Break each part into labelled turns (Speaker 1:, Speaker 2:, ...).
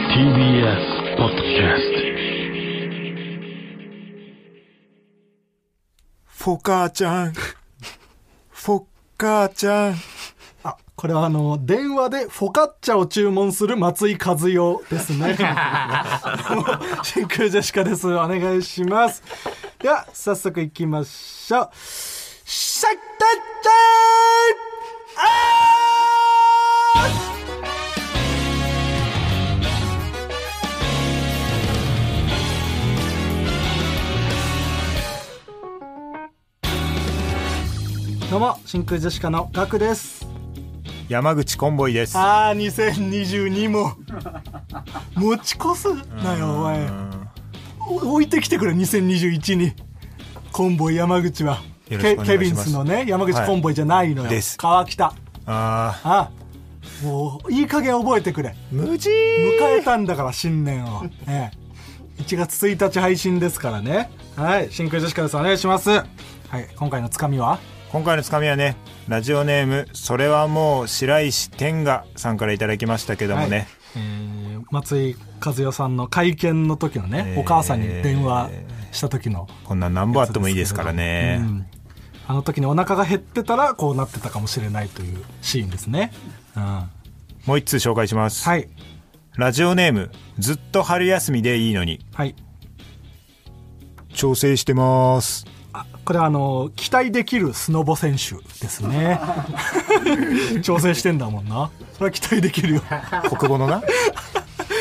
Speaker 1: TBS ポッドキャス
Speaker 2: フォカーちゃん。フォカーちゃん。
Speaker 3: あ、これはあの、電話でフォカッチャを注文する松井和代ですね。真空ジェシカです。お願いします。では、早速行きましょう。シャッタッチャーンあーどうも、真空ジェシカのガクです。
Speaker 2: 山口コンボイです。
Speaker 3: あー、2022も。持ち越すなよ、お前。お置いてきてくれ、2021に。コンボイ山口は。
Speaker 2: よろし
Speaker 3: ケ
Speaker 2: くお願
Speaker 3: ケ
Speaker 2: い
Speaker 3: ビ
Speaker 2: し
Speaker 3: ン
Speaker 2: ます
Speaker 3: スのね、山口コンボイじゃないのよ。
Speaker 2: はいです
Speaker 3: 川北。
Speaker 2: あ
Speaker 3: あもう、いい加減覚えてくれ。
Speaker 2: ー無事
Speaker 3: 迎えたんだから、新年を。ええ。1月1日配信ですからね。はい。真空ジェシカです。お願いします。はい。今回のつかみは
Speaker 2: 今回のつかみはね、ラジオネーム、それはもう白石天がさんからいただきましたけどもね。
Speaker 3: はいえー松井和代さんの会見の時のね、
Speaker 2: えー
Speaker 3: お母さんに電話した時の
Speaker 2: こんなん何本あってもいいですからね
Speaker 3: う。んあの時にお腹が減ってたらこうなってたかもしれないというシーンですね、うん、は
Speaker 2: もう一通紹介します。
Speaker 3: い
Speaker 2: ラジオネーム、ずっと春休みでいいのに。
Speaker 3: はい
Speaker 2: 調整してます。
Speaker 3: あこれはあの期待できるスノボ選手ですね 調整してんだもんなそれは期待できるよ
Speaker 2: 国語の な。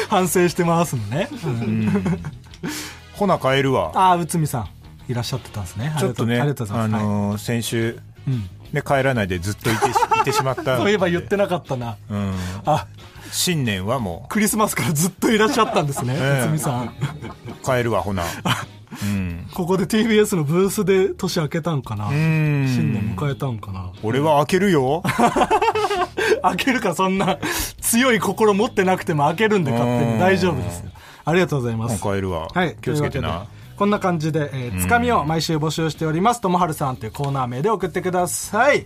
Speaker 3: 反省してますもんね、うん
Speaker 2: ほな変えるわ。
Speaker 3: ああ内海さんいらっしゃってたんですね
Speaker 2: ちょっとね、
Speaker 3: あ
Speaker 2: あ
Speaker 3: りがとうございます、はい
Speaker 2: のー先週、
Speaker 3: うん
Speaker 2: ね、帰らないでずっといてしいてしまった。
Speaker 3: そういえば言ってなかったな
Speaker 2: うん。
Speaker 3: あ
Speaker 2: 新年はもう。
Speaker 3: クリスマスからずっといらっしゃったんですね、
Speaker 2: ええ
Speaker 3: 内海さん。
Speaker 2: 帰るわほなうん
Speaker 3: ここで TBS のブースで年明けたんかな
Speaker 2: うん
Speaker 3: 新年迎えたんかな
Speaker 2: 俺は開けるよ
Speaker 3: 開けるか、そんな強い心持ってなくても開けるんで勝手
Speaker 2: うん
Speaker 3: に大丈夫ですよ。ありがとうございます。
Speaker 2: 帰るわ、
Speaker 3: はい、
Speaker 2: 気をつけてな
Speaker 3: というわけでこんな感じで、えーつかみを毎週募集しております。ともはるさんというコーナー名で送ってください。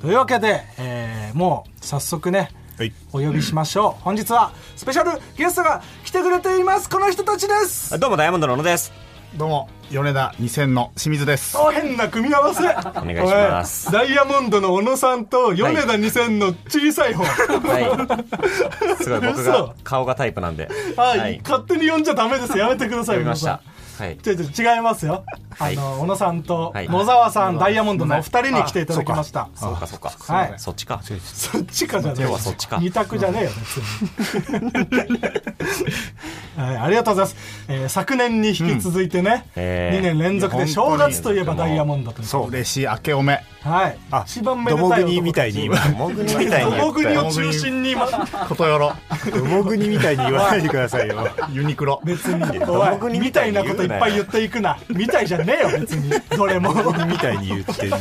Speaker 3: というわけで、えーもう早速ね、
Speaker 2: はい
Speaker 3: お呼びしましょう。本日はスペシャルゲストが来てくれています。この人たちです。
Speaker 4: どうもダイヤモンドの小野です。
Speaker 5: どうも米田2000の清水です
Speaker 3: お変な組み合わせお
Speaker 4: 願いします
Speaker 3: ダイヤモンドの小野さんと米田2000の小さい方、
Speaker 4: はい。すごい僕
Speaker 3: 嘘
Speaker 4: が顔がタイプなんで。
Speaker 3: はい勝手に呼んじゃダメですやめてください
Speaker 4: 読みまし
Speaker 3: 小野
Speaker 4: た
Speaker 3: さん。
Speaker 4: はい。
Speaker 3: ちょいちょい違いますよ、
Speaker 4: はい
Speaker 3: あの小野さんと
Speaker 4: はい
Speaker 3: 野沢さん、ダイヤモンドのお二人に来ていただきました
Speaker 4: そうかそうか。
Speaker 3: はい
Speaker 4: そっちか。
Speaker 3: そっちかじゃねえ
Speaker 4: 今日はそっちか
Speaker 3: 二択じゃねえよ別にはいありがとうございます、えー昨年に引き続いてね、二
Speaker 4: えー
Speaker 3: 2年連続で
Speaker 5: いや
Speaker 3: 正
Speaker 5: 本当に
Speaker 3: 月といえばダイヤモンドという
Speaker 2: そう
Speaker 5: 嬉しい明けおめ
Speaker 3: はい
Speaker 2: あ
Speaker 3: 一番目
Speaker 2: 土
Speaker 3: でたい
Speaker 2: 木
Speaker 3: 男
Speaker 2: 国みたいに今土木国みたいに言
Speaker 3: 土
Speaker 2: っ
Speaker 3: 木
Speaker 2: た
Speaker 3: 国
Speaker 2: よ
Speaker 3: を中心に今
Speaker 5: ことよろ
Speaker 2: 土木国みたいに言わないでください よ
Speaker 5: ユニクロ
Speaker 3: 別においみたいなこといっぱい言っていくなみたいじゃねえよ別にどれも
Speaker 2: みたいに言ってるな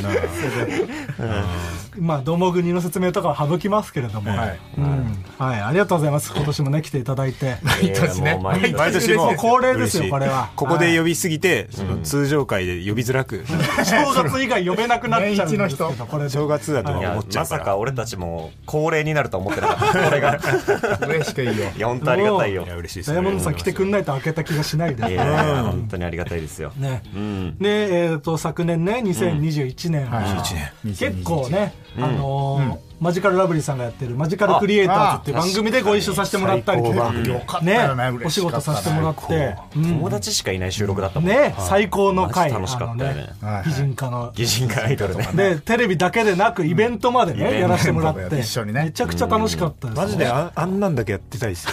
Speaker 3: まあどもぐにの説明とかは省きますけれども
Speaker 2: はい
Speaker 3: うんはいありがとうございます今年もね来ていただいて
Speaker 4: 毎
Speaker 5: 年ね
Speaker 4: 毎
Speaker 2: 毎年もう
Speaker 3: 恒例ですよ
Speaker 2: 嬉しい
Speaker 3: これは
Speaker 2: ここで呼びすぎて、その通常会で呼びづらく、
Speaker 3: 正月以外呼べなくなっちゃうんで
Speaker 5: 年
Speaker 3: す
Speaker 5: 一
Speaker 3: けど
Speaker 5: の人
Speaker 3: これで
Speaker 2: 正月だと
Speaker 4: い
Speaker 2: 思
Speaker 4: や
Speaker 2: っちゃ
Speaker 4: ま
Speaker 2: うか
Speaker 4: さ
Speaker 2: ら
Speaker 4: か俺たちも恒例になるとは思ってなかった。これが。
Speaker 5: 嬉しくいいよ
Speaker 4: いや本当ありがたい
Speaker 2: い
Speaker 4: よ。い
Speaker 2: や嬉しいです
Speaker 3: ダイ
Speaker 2: ね
Speaker 3: ヤモンドさん来てくんないと開けた気がしないで
Speaker 4: やい
Speaker 3: す
Speaker 4: やいや本当にありがたいですよ。
Speaker 3: ね
Speaker 4: うん。
Speaker 3: でえーと昨年ね2021年
Speaker 2: 一年
Speaker 3: 結構ね、あのーマジカルラブリーさんがやってる「マジカルクリエイターズ」っていう番組でご一緒させてもらったりと
Speaker 5: 最高
Speaker 3: か
Speaker 5: 番組よかったよね
Speaker 3: ねお仕事させてもらって
Speaker 4: 友達しかいない収録だったもん。
Speaker 3: ね最高の
Speaker 4: マ
Speaker 3: 回
Speaker 4: ジ楽しかったよね
Speaker 3: あのね擬人化の
Speaker 4: 擬人化アイドルね。
Speaker 3: でテレビだけでなくイベントまで
Speaker 4: イベン
Speaker 3: ね
Speaker 4: ト
Speaker 3: やらせてもらっ
Speaker 5: と
Speaker 3: て
Speaker 5: か一緒にね
Speaker 3: めちゃくちゃ楽しかったです
Speaker 2: マジでああんなんだけやってたいっすよ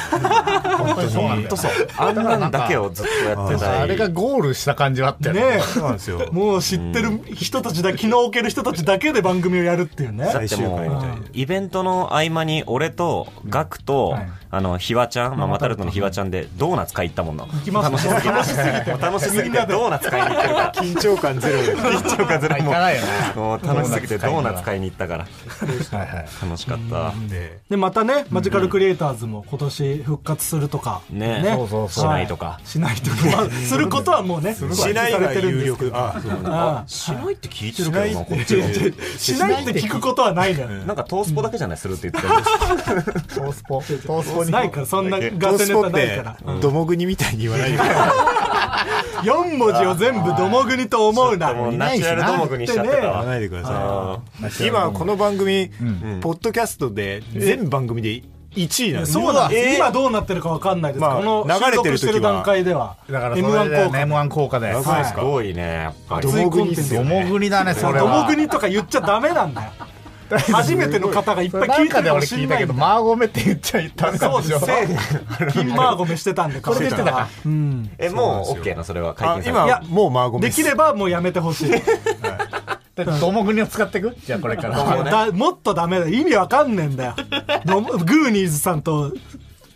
Speaker 5: 本当にそうなんだよ
Speaker 4: あんなんだけをずっとやってた
Speaker 5: あれ
Speaker 4: い。
Speaker 5: がゴールした感じはあったよね
Speaker 3: ね
Speaker 2: そうなんです よ
Speaker 3: もう知ってる人たちだ昨日置ける人たちだけで番組をやるっていうね
Speaker 4: だっても
Speaker 2: 最終回みたいうな
Speaker 4: イベントの合間に俺とガクと、あのひわちゃん、まあ、マタルトのひわちゃんでドーナツ買い行ったもんな
Speaker 3: きますね
Speaker 4: 楽しすぎて楽しすぎて楽しすぎてドーナツ買いに行ってるから
Speaker 2: 緊張感ゼロで
Speaker 4: 緊張感ゼロ
Speaker 5: 行
Speaker 4: も
Speaker 5: かないよね
Speaker 4: うもう楽しすぎてドーナツ買いに行ったから
Speaker 5: はいはい
Speaker 4: 楽しかった
Speaker 3: でまたねマジカルクリエイターズも今年復活するとか
Speaker 4: ねそうそうそう
Speaker 3: は
Speaker 4: しないとか
Speaker 3: しないとかまあすることはもうね
Speaker 2: しない
Speaker 3: され
Speaker 2: が
Speaker 3: てるん
Speaker 2: 有
Speaker 3: ですけ
Speaker 2: 力
Speaker 3: ど
Speaker 2: あそう
Speaker 3: ああ
Speaker 4: しないって聞いて
Speaker 2: しないって
Speaker 3: しないって聞くことはないのよ
Speaker 4: なんかトースポだけじゃないするって言ってたんです
Speaker 5: トースポ。トースポに。
Speaker 3: ないからそんな
Speaker 2: だけ
Speaker 3: ガセネ
Speaker 2: トース
Speaker 3: タ
Speaker 2: ポっ
Speaker 3: ない
Speaker 2: て
Speaker 3: から
Speaker 2: どもぐにみたいに言わないでください
Speaker 3: 4文字を全部どもぐにと思うな
Speaker 4: も うナチュラル土木にしちゃってた
Speaker 2: 言わ
Speaker 4: わ
Speaker 2: ないでくだ
Speaker 4: あ
Speaker 2: さい今この番組、ポッドキャストで全番組で1位なんです
Speaker 3: そうなんです、
Speaker 4: えー
Speaker 3: 今どうなってるかわかんないです、
Speaker 2: まあ
Speaker 3: この収録してる段階では
Speaker 5: だからそ
Speaker 3: M1
Speaker 5: れだよ
Speaker 3: 効果
Speaker 5: ね、M1 効果だよ。
Speaker 2: そうです
Speaker 4: す
Speaker 2: か
Speaker 4: ごいねやっぱり
Speaker 2: どもぐにっす
Speaker 5: ど
Speaker 2: よね
Speaker 5: もぐりだね、それ
Speaker 3: ど
Speaker 5: は。
Speaker 3: もぐにとか言っちゃダメなんだよ初めての方がいっぱい
Speaker 5: な
Speaker 3: 聞
Speaker 5: ん
Speaker 3: いて
Speaker 5: か
Speaker 3: る
Speaker 5: で
Speaker 3: かも
Speaker 5: 俺
Speaker 3: し
Speaker 5: 聞
Speaker 3: れ
Speaker 5: い
Speaker 3: な
Speaker 5: た
Speaker 3: い
Speaker 5: け
Speaker 3: んだ
Speaker 5: ど、マーゴメって言っちゃいたん
Speaker 3: そう
Speaker 5: で
Speaker 3: です
Speaker 5: しょ。
Speaker 3: 金マーゴメしてたんで、こ
Speaker 5: れで言ってた
Speaker 3: うん。
Speaker 4: えもう OK なそれは
Speaker 2: あ
Speaker 4: 解禁
Speaker 3: い
Speaker 4: され
Speaker 2: 今
Speaker 3: や
Speaker 2: もう孫
Speaker 3: できればもうやめてほしい。
Speaker 5: でどもぐにを使っていくじゃあこれから。
Speaker 3: だもっとダメだよ。意味わかんねえんだよ。どグーニーズさんと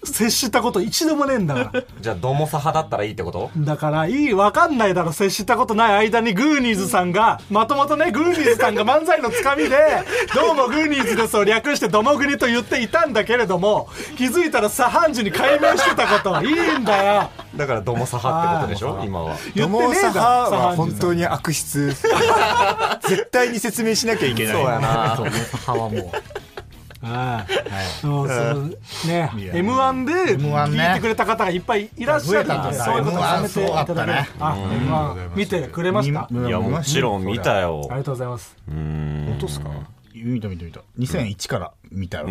Speaker 3: 接したこと一度もねえんだから。
Speaker 4: じゃあどもさ派だったらいいってこと
Speaker 3: だから、いい、わかんないだろ。接したことない間にグーニーズさんが、まともとね、グーニーズさんが漫才のつかみで、 どうもグーニーズですを略してどもぐりと言っていたんだけれども、気づいたらサハンジに改名してたことはいいんだよ。
Speaker 4: だからどもさ派ってことでしょ今は
Speaker 3: 言
Speaker 2: ド
Speaker 3: って
Speaker 2: モ
Speaker 3: ねえだ
Speaker 2: サ
Speaker 3: ろ
Speaker 2: ハは
Speaker 3: サハン
Speaker 2: 本
Speaker 3: ジさん
Speaker 2: 当に悪質絶対に説明しなきゃいけない
Speaker 4: な
Speaker 5: そうね歯はも
Speaker 3: そうそう。ね、M1 で
Speaker 5: M1 ね
Speaker 3: 聞いてくれた方がいっぱいいらっしゃる
Speaker 5: 増えた
Speaker 3: の
Speaker 5: ん
Speaker 3: で、
Speaker 5: だ
Speaker 3: そういうことをやめ
Speaker 5: M1
Speaker 3: ていただける
Speaker 5: そう
Speaker 3: あ、M1 見てくれましたあり
Speaker 5: う。
Speaker 4: いやもちろん見たよ
Speaker 3: がとうございます。
Speaker 4: 本当っすか
Speaker 5: 見た見た見た。2001から見たよ。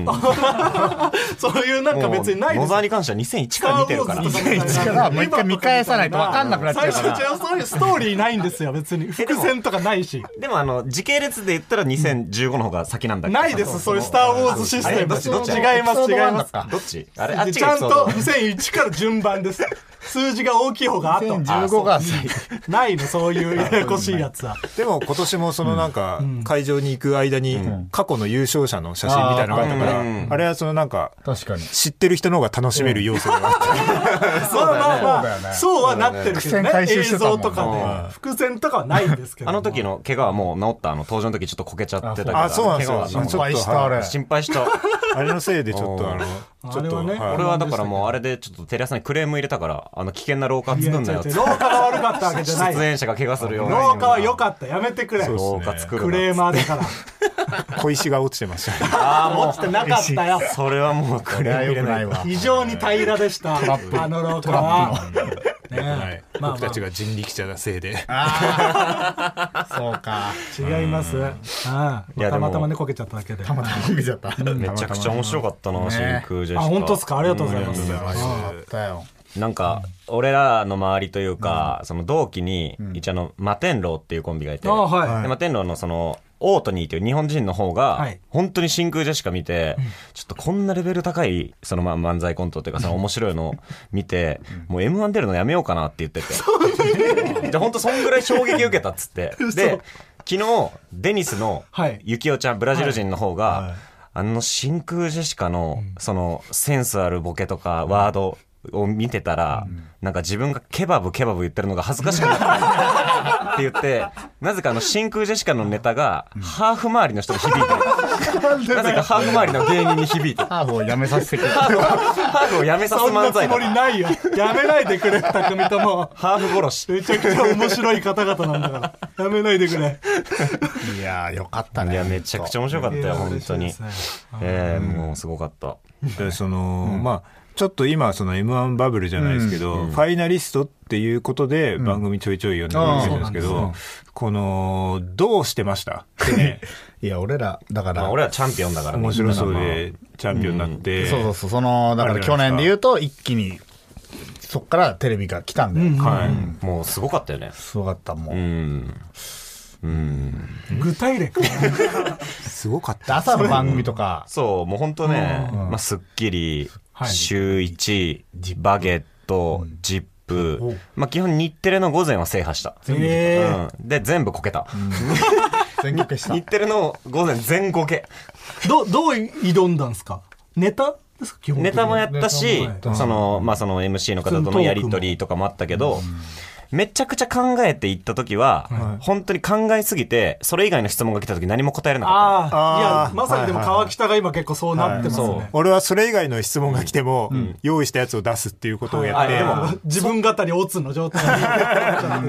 Speaker 3: そういうなんか別にないで
Speaker 4: 野
Speaker 3: すよ
Speaker 4: 沢に関しては2001から見てるから
Speaker 3: スターウォーズと
Speaker 5: 2001からもう一回見返さないと分かんなくなっち
Speaker 3: 最
Speaker 5: ゃうか
Speaker 3: 初
Speaker 5: ら。
Speaker 3: じゃあそういうストーリーないんですよ、別に。伏線とかない し。
Speaker 4: でもあの時系列で言ったら2015の方が先なんだっけ
Speaker 3: ないです、そういうスター・ウォーズシステム。違い
Speaker 4: ど
Speaker 3: ま
Speaker 4: っ
Speaker 3: す、
Speaker 4: ち
Speaker 3: 違
Speaker 4: どっち
Speaker 3: います。
Speaker 4: どっちあれあっ
Speaker 3: で
Speaker 4: ち
Speaker 3: ちゃ
Speaker 4: が
Speaker 3: ん
Speaker 4: エピソ
Speaker 3: と
Speaker 4: ード
Speaker 3: 2001から順番です。数字が大きい方が後。
Speaker 5: 2015が最後。
Speaker 3: ないの、そういうややこしいやつは。
Speaker 2: でも今年もそのなんか会場に行く間に過去の優勝者の写真みたいなのがあったから、
Speaker 4: うん
Speaker 2: あれはそのなんか
Speaker 5: 確かに。
Speaker 2: 知ってる人の方が楽しめる要素があって、
Speaker 3: まあまあ
Speaker 5: そうだ
Speaker 3: ま
Speaker 5: よ
Speaker 3: あ、
Speaker 5: ね
Speaker 3: そうはなってるけどね
Speaker 5: 伏線。回
Speaker 3: 映
Speaker 5: 収してたも
Speaker 3: 像
Speaker 5: ん
Speaker 3: とか
Speaker 4: う
Speaker 3: で。伏線とかはないんですけど。
Speaker 4: あの時の怪我はもう治ったあの登場の時ちょっとこけちゃってたから
Speaker 2: あそうなんですよ
Speaker 4: 怪我は
Speaker 2: ちょっと
Speaker 5: 失敗したあれ。
Speaker 4: 心 配した
Speaker 2: あれのせいでちょっとあの、ちょっと、
Speaker 3: あれはね
Speaker 2: はい
Speaker 4: 俺はだからもうあれでちょっとテレ朝にクレーム入れたからあの危険な廊下
Speaker 3: いや
Speaker 4: 作んなよっ
Speaker 3: 違う
Speaker 4: て
Speaker 3: 違う廊下が悪かったわけじゃない
Speaker 4: 出。演者が怪我するような
Speaker 3: 廊下は良かった。やめてくれ。
Speaker 2: そう
Speaker 4: 廊下作る
Speaker 3: クレー
Speaker 4: ム
Speaker 3: マーだから。
Speaker 2: 小石が落ちてました、ね、
Speaker 3: ああ、持ってなかったよ。
Speaker 4: それはもうク
Speaker 5: い
Speaker 4: レー
Speaker 5: や
Speaker 4: ム入
Speaker 5: よ
Speaker 4: れ
Speaker 5: く
Speaker 4: な
Speaker 5: ない
Speaker 4: い
Speaker 5: わ。
Speaker 3: 非常に平らでした。あの廊下は。
Speaker 2: はい
Speaker 3: まあまあ
Speaker 2: 僕たちが人力車のせいで
Speaker 5: そうか。
Speaker 3: 違います。あ
Speaker 4: いやで
Speaker 3: た
Speaker 4: も
Speaker 3: またまねこけちゃっただけで。
Speaker 5: たまたま逃げちゃった。
Speaker 4: めちゃくちゃ面白かったな真空ジェシカ
Speaker 3: あ、本当ですか。ありがとうございます。
Speaker 5: あったよ。
Speaker 4: なんか、俺らの周りというか、その同期に、一応あの、マテンロウっていうコンビがいて、
Speaker 3: あはい
Speaker 4: でマテンロウのその、オートニーという日本人の方が、
Speaker 3: はい
Speaker 4: 本当に真空ジェシカ見て、ちょっとこんなレベル高い、そのまあ漫才コントというか、その面白いのを見て、もう M1 出るのやめようかなって言ってて。で、本当そんぐらい衝撃受けたっつ って。で、昨日、デニスの
Speaker 3: はい、
Speaker 4: ゆきおちゃん、ブラジル人の方が、あの真空ジェシカの、そのセンスあるボケとかワードを見てたら、なんか自分がケバブケバブ言ってるのが恥ずかしくなったって言 って、なぜかあの真空ジェシカのネタが、ハーフ周りの人に響いてる。なぜかハーフ周りの芸人に響いてる。
Speaker 5: ハーフをやめさせてくれ。
Speaker 4: ハーフをやめさす
Speaker 3: そんな
Speaker 4: 漫
Speaker 3: つ
Speaker 4: 才
Speaker 3: も
Speaker 4: だ
Speaker 3: りないよ。やめないでくれ、二組とも。
Speaker 4: ハーフ殺し。
Speaker 3: めちゃくちゃ面白い方々なんだから。やめないでくれ。
Speaker 5: いやー、よかったね。
Speaker 4: いや、めちゃくちゃ面白かった
Speaker 3: いや
Speaker 4: よ、本当
Speaker 3: 嬉
Speaker 4: に
Speaker 3: しい。ですね
Speaker 4: ええ、もうすごかった。
Speaker 2: でその、まあちょっと今その m 1バブルじゃないですけど、ファイナリストっていうことで番組ちょいちょい呼んでもらってるんですけど、このどうしてましたって ね
Speaker 5: いや、俺ら、だから。
Speaker 4: まあ、俺はチャンピオンだからね
Speaker 2: 面白そうでチャンピオンになって、
Speaker 5: そうそうそう、その、だから去年で言うと、一気に、そっからテレビが来たんだよ。
Speaker 2: はい、
Speaker 4: もうすごかったよね。
Speaker 5: すごかった、もう。
Speaker 4: うん。うん。
Speaker 3: 具体例かな。
Speaker 2: すごかっ
Speaker 5: で朝の番組とか、
Speaker 4: そう、もう本当ね、まあ、スッキリ、週1、バゲット、ジップ、まあ、基本日テレの午前は制覇した。
Speaker 3: ええ
Speaker 4: うん、で、全部こけた。
Speaker 5: 全曲し た
Speaker 4: 日。テレの午前全こけ。
Speaker 3: ど、どう挑んだんですかネタですか基本
Speaker 4: ネ
Speaker 3: 的に
Speaker 4: タもやったし
Speaker 3: ネ、タも
Speaker 4: その、まあ、その MC の方とのやりとりとかもあったけど、めちゃくちゃ考えていった時は、本当に考えすぎて、それ以外の質問が来た時何も答えられなかっ
Speaker 3: ああ、い
Speaker 2: あ
Speaker 3: や、
Speaker 2: ー
Speaker 3: まさにでも川北が今結構そうなってます
Speaker 4: はい
Speaker 3: ね。
Speaker 2: 俺はそれ以外の質問が来ても、用意したやつを出すっていうことをやって、
Speaker 4: はいでも
Speaker 3: 自分語りオツの状態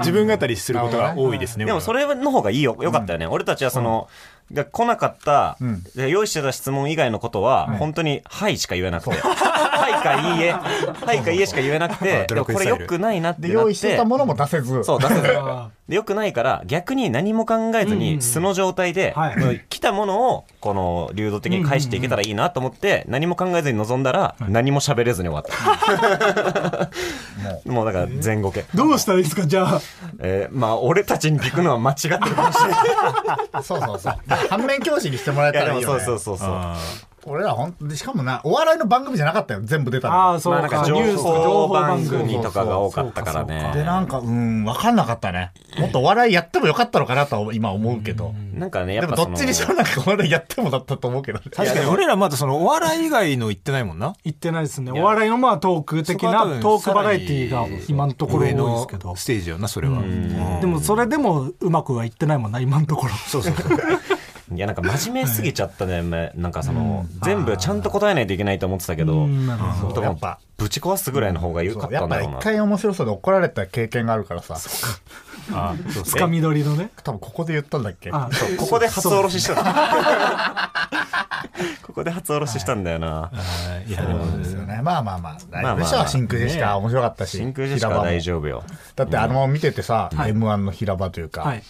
Speaker 2: 自分語りすることが多いですね。
Speaker 4: た。でもそれの方がいいよ、よかったよね。俺たちはその、で来なかった、
Speaker 5: ん
Speaker 4: で用意してた質問以外のことは、本当に「はい」しか言えなくて「 はい」か「いいえ」「はい」か「いいえ」しか言えなくて
Speaker 2: ド
Speaker 4: で
Speaker 2: ラ
Speaker 4: も
Speaker 2: クエ
Speaker 4: これ
Speaker 2: スタイ
Speaker 4: よ
Speaker 2: ル
Speaker 4: くないなって
Speaker 5: で、
Speaker 4: なっ
Speaker 5: 用意して
Speaker 4: て
Speaker 5: たものも出せず。
Speaker 4: そう出せない
Speaker 3: あ
Speaker 4: でよくないから逆に何も考え
Speaker 3: う
Speaker 4: ず
Speaker 3: んうん
Speaker 4: に素の状態で、
Speaker 3: はい
Speaker 4: もう来たものをこの流動的に返していけたらいいなと思って何も考えずに臨んだら何も喋れずに終わった、 もうだから前後系、
Speaker 3: どうしたらいいですかじゃあ
Speaker 4: えーまあ俺たちに聞くのは間違ってるかもしれない
Speaker 5: そうそうそう。反面教師にしてもらえ
Speaker 4: いや
Speaker 5: た
Speaker 4: で
Speaker 5: らい
Speaker 4: も
Speaker 5: い
Speaker 4: そ
Speaker 5: よ、
Speaker 4: う
Speaker 5: ね。
Speaker 4: そうそうそう
Speaker 2: あ
Speaker 5: 俺らほんでしかもな、お笑いの番組じゃなかったよ。全部出たの。
Speaker 3: ああそう
Speaker 4: まあ
Speaker 3: か,、
Speaker 4: なんか情
Speaker 3: ニュースと
Speaker 4: 報
Speaker 3: 情報
Speaker 4: 番
Speaker 3: 番組
Speaker 4: 組とかが多かったから
Speaker 5: で、
Speaker 4: ね
Speaker 5: なんか、うん、わかんなかったね。もっとお笑いやってもよかったのかなとは今思うけど。
Speaker 4: なんかねや
Speaker 5: で
Speaker 4: っぱ
Speaker 5: も
Speaker 4: そ
Speaker 5: ど
Speaker 4: の
Speaker 5: っちにしろなんかお笑いやってもだったと思うけどね。
Speaker 2: ー確かに俺らまだそのお笑い以外の言ってないもんな
Speaker 3: 言ってないですねお笑いのまあトーク的
Speaker 2: そこは多
Speaker 3: な
Speaker 2: 分
Speaker 3: トークバラエティーが
Speaker 2: さらに
Speaker 3: 今のところ多い
Speaker 2: 上
Speaker 3: です
Speaker 2: の
Speaker 3: けど
Speaker 2: ステージよなそれはうん
Speaker 3: でもそれでもうまくはいってないもんな今のところ
Speaker 2: そうそうそう
Speaker 4: いやなんか真面目すぎちゃったね、まなんかその全部ちゃんと答えないといけないと思ってたけど、
Speaker 3: うんなるほど
Speaker 4: と
Speaker 5: やっぱ
Speaker 4: ぶち壊すぐらいの方が良かった
Speaker 5: やっ
Speaker 4: んだ
Speaker 5: ぱ
Speaker 4: ろうな
Speaker 5: 一回面白そうで怒られた経験があるからさ。
Speaker 2: あーそう
Speaker 3: つかみ取りのね
Speaker 5: 多分ここで言ったんだっけ
Speaker 3: あ
Speaker 4: そうここで初おろししたんだここで初おろししたんだよな
Speaker 2: はいいやでも
Speaker 5: そうですよね。まあまあまあ。
Speaker 4: まあ
Speaker 5: 大丈夫でしょ。真空ジェシカ面白かったし。
Speaker 4: 真空ジェシカ
Speaker 5: 平場
Speaker 4: は
Speaker 5: も
Speaker 4: 大丈夫よ
Speaker 5: だってあの見ててさ、M1 の平場というか
Speaker 3: はい、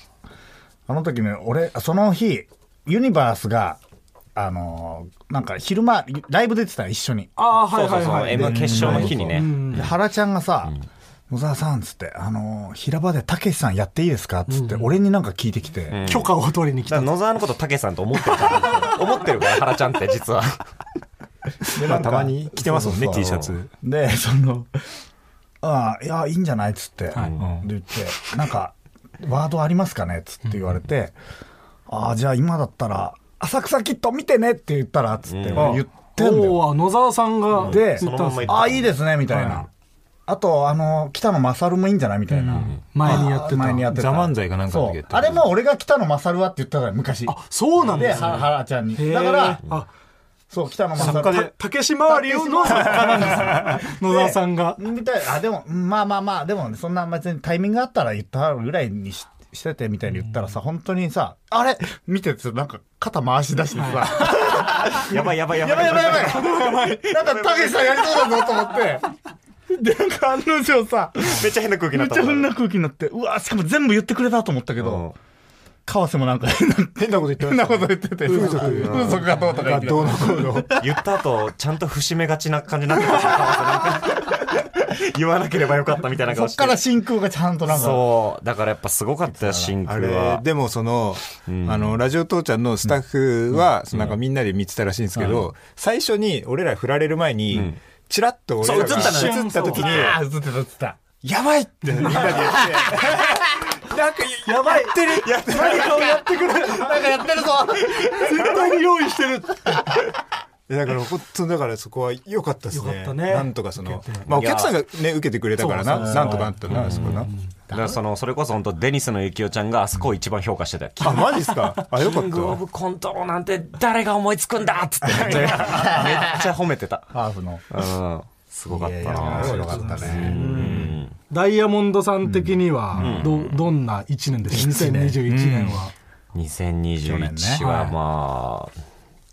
Speaker 5: あの時ね、俺、その日、ユニバースが、あのーなんか昼間、ライブ出てたよ一緒に。
Speaker 3: ああは
Speaker 4: そ
Speaker 3: いう
Speaker 4: そ
Speaker 3: は
Speaker 4: う
Speaker 3: い
Speaker 4: そう
Speaker 3: はい
Speaker 4: M 決勝の日にね
Speaker 5: で原ちゃんがさ、野沢さんっつって、あのー平場でたけしさんやっていいですかっつって、俺になんか聞いてきて、
Speaker 3: 許可を取りに来
Speaker 4: だから
Speaker 3: た
Speaker 4: 野沢のことたけさんと思ってるから思ってるから原ちゃんって実は
Speaker 5: で
Speaker 2: ま
Speaker 5: な
Speaker 2: あ
Speaker 5: んか
Speaker 2: たまに着てますもんね
Speaker 5: そうそう
Speaker 2: T
Speaker 5: そう
Speaker 2: シャツ
Speaker 5: で、その、ああ、いや、いいんじゃないっつって、うんで言って、なんか、ワードありますかねっつって言われて、ああ、じゃあ今だったら、浅草キッド見てねって言ったら、つって、
Speaker 2: ん
Speaker 5: 言ってんだよ。
Speaker 3: おお野沢さんが
Speaker 5: で
Speaker 3: ツイッターです
Speaker 4: そのまんま
Speaker 5: ああ、いいですね、みたいな。あと、あの、北野勝もいいんじゃないみたいな。
Speaker 3: 前にやってた
Speaker 5: 前にやってた。
Speaker 2: ザ漫才かなんかの時
Speaker 5: そ
Speaker 2: やっ
Speaker 5: う
Speaker 2: た
Speaker 5: あれも俺が北野勝はって言ってたから、昔。
Speaker 3: あそうなん
Speaker 5: で、
Speaker 3: です
Speaker 5: は
Speaker 3: ね
Speaker 5: 原ちゃんに。
Speaker 3: へー
Speaker 5: だから、
Speaker 3: あ
Speaker 5: そう、北野
Speaker 2: 作家
Speaker 5: 勝
Speaker 2: で
Speaker 3: たけし周りをの作家なんですね野沢さんが
Speaker 5: みたいあでもまあまあまあでもねそんな別にタイミングがあったら言ったぐらいにししててみたいに言ったらさ本当にさあれ見ててなんか肩回し出してさ、
Speaker 4: やばいやばいやば
Speaker 5: やばい
Speaker 4: い
Speaker 5: やばいやばいなんかたけしさんやりそうだぞと思ってでなんか案の定さ
Speaker 4: めっちゃ変な空気にな
Speaker 5: めっ
Speaker 4: っ
Speaker 5: ち
Speaker 4: た
Speaker 5: ゃ
Speaker 4: も
Speaker 5: 変
Speaker 4: ん
Speaker 5: な空気になってうわしかも全部言ってくれたと思ったけど、川瀬もなんか変な
Speaker 2: 変なこと言って
Speaker 5: 変なこと言ってて風俗風俗がどうとか言って
Speaker 2: どうのこうの
Speaker 4: 言った後ちゃんと節目がちな感じになってたしなんか言わなければよかったみたいな
Speaker 5: そ
Speaker 4: 顔
Speaker 5: っ
Speaker 4: して
Speaker 5: から真空がちゃんとなんか
Speaker 4: そうだからやっぱすごかったよ真
Speaker 2: あ
Speaker 4: 空
Speaker 2: れ
Speaker 4: は
Speaker 2: でもその,、あのラジオ父ちゃんのスタッフは、そのなんかみんなで見てたらしいんですけど、最初に俺ら振られる前に、チラッと俺らが
Speaker 4: そう映ったの
Speaker 3: よ
Speaker 2: 映った時に
Speaker 5: ああ映ってた映ってた
Speaker 2: 「やばい!」ってみんなで言って「なんかやばい!」ってるやってるやってくれ
Speaker 5: なんかやってるぞ
Speaker 3: 絶対に用意してる
Speaker 2: だから本当だからそこは良かったです
Speaker 3: 良かっ
Speaker 2: ね
Speaker 3: たね
Speaker 2: なんとかその、まあ、お客さんがね受けてくれたからななんとかなったな、あそこな
Speaker 4: だからそのそれこそ本当デニスのゆきおちゃんがあそこを一番評価してたよ
Speaker 2: あマジっす かあよかっ
Speaker 4: キン
Speaker 2: た
Speaker 4: グオ
Speaker 2: わ
Speaker 4: ブコントローなんて誰が思いつくんだっつってめっちゃ褒めてた。
Speaker 5: ハーフの
Speaker 4: うん。すごかった
Speaker 5: 面
Speaker 4: な。
Speaker 5: 白かったね
Speaker 3: ダイヤモンドさん的にはどどんな1年ですか2021年は
Speaker 4: 2021はまあ、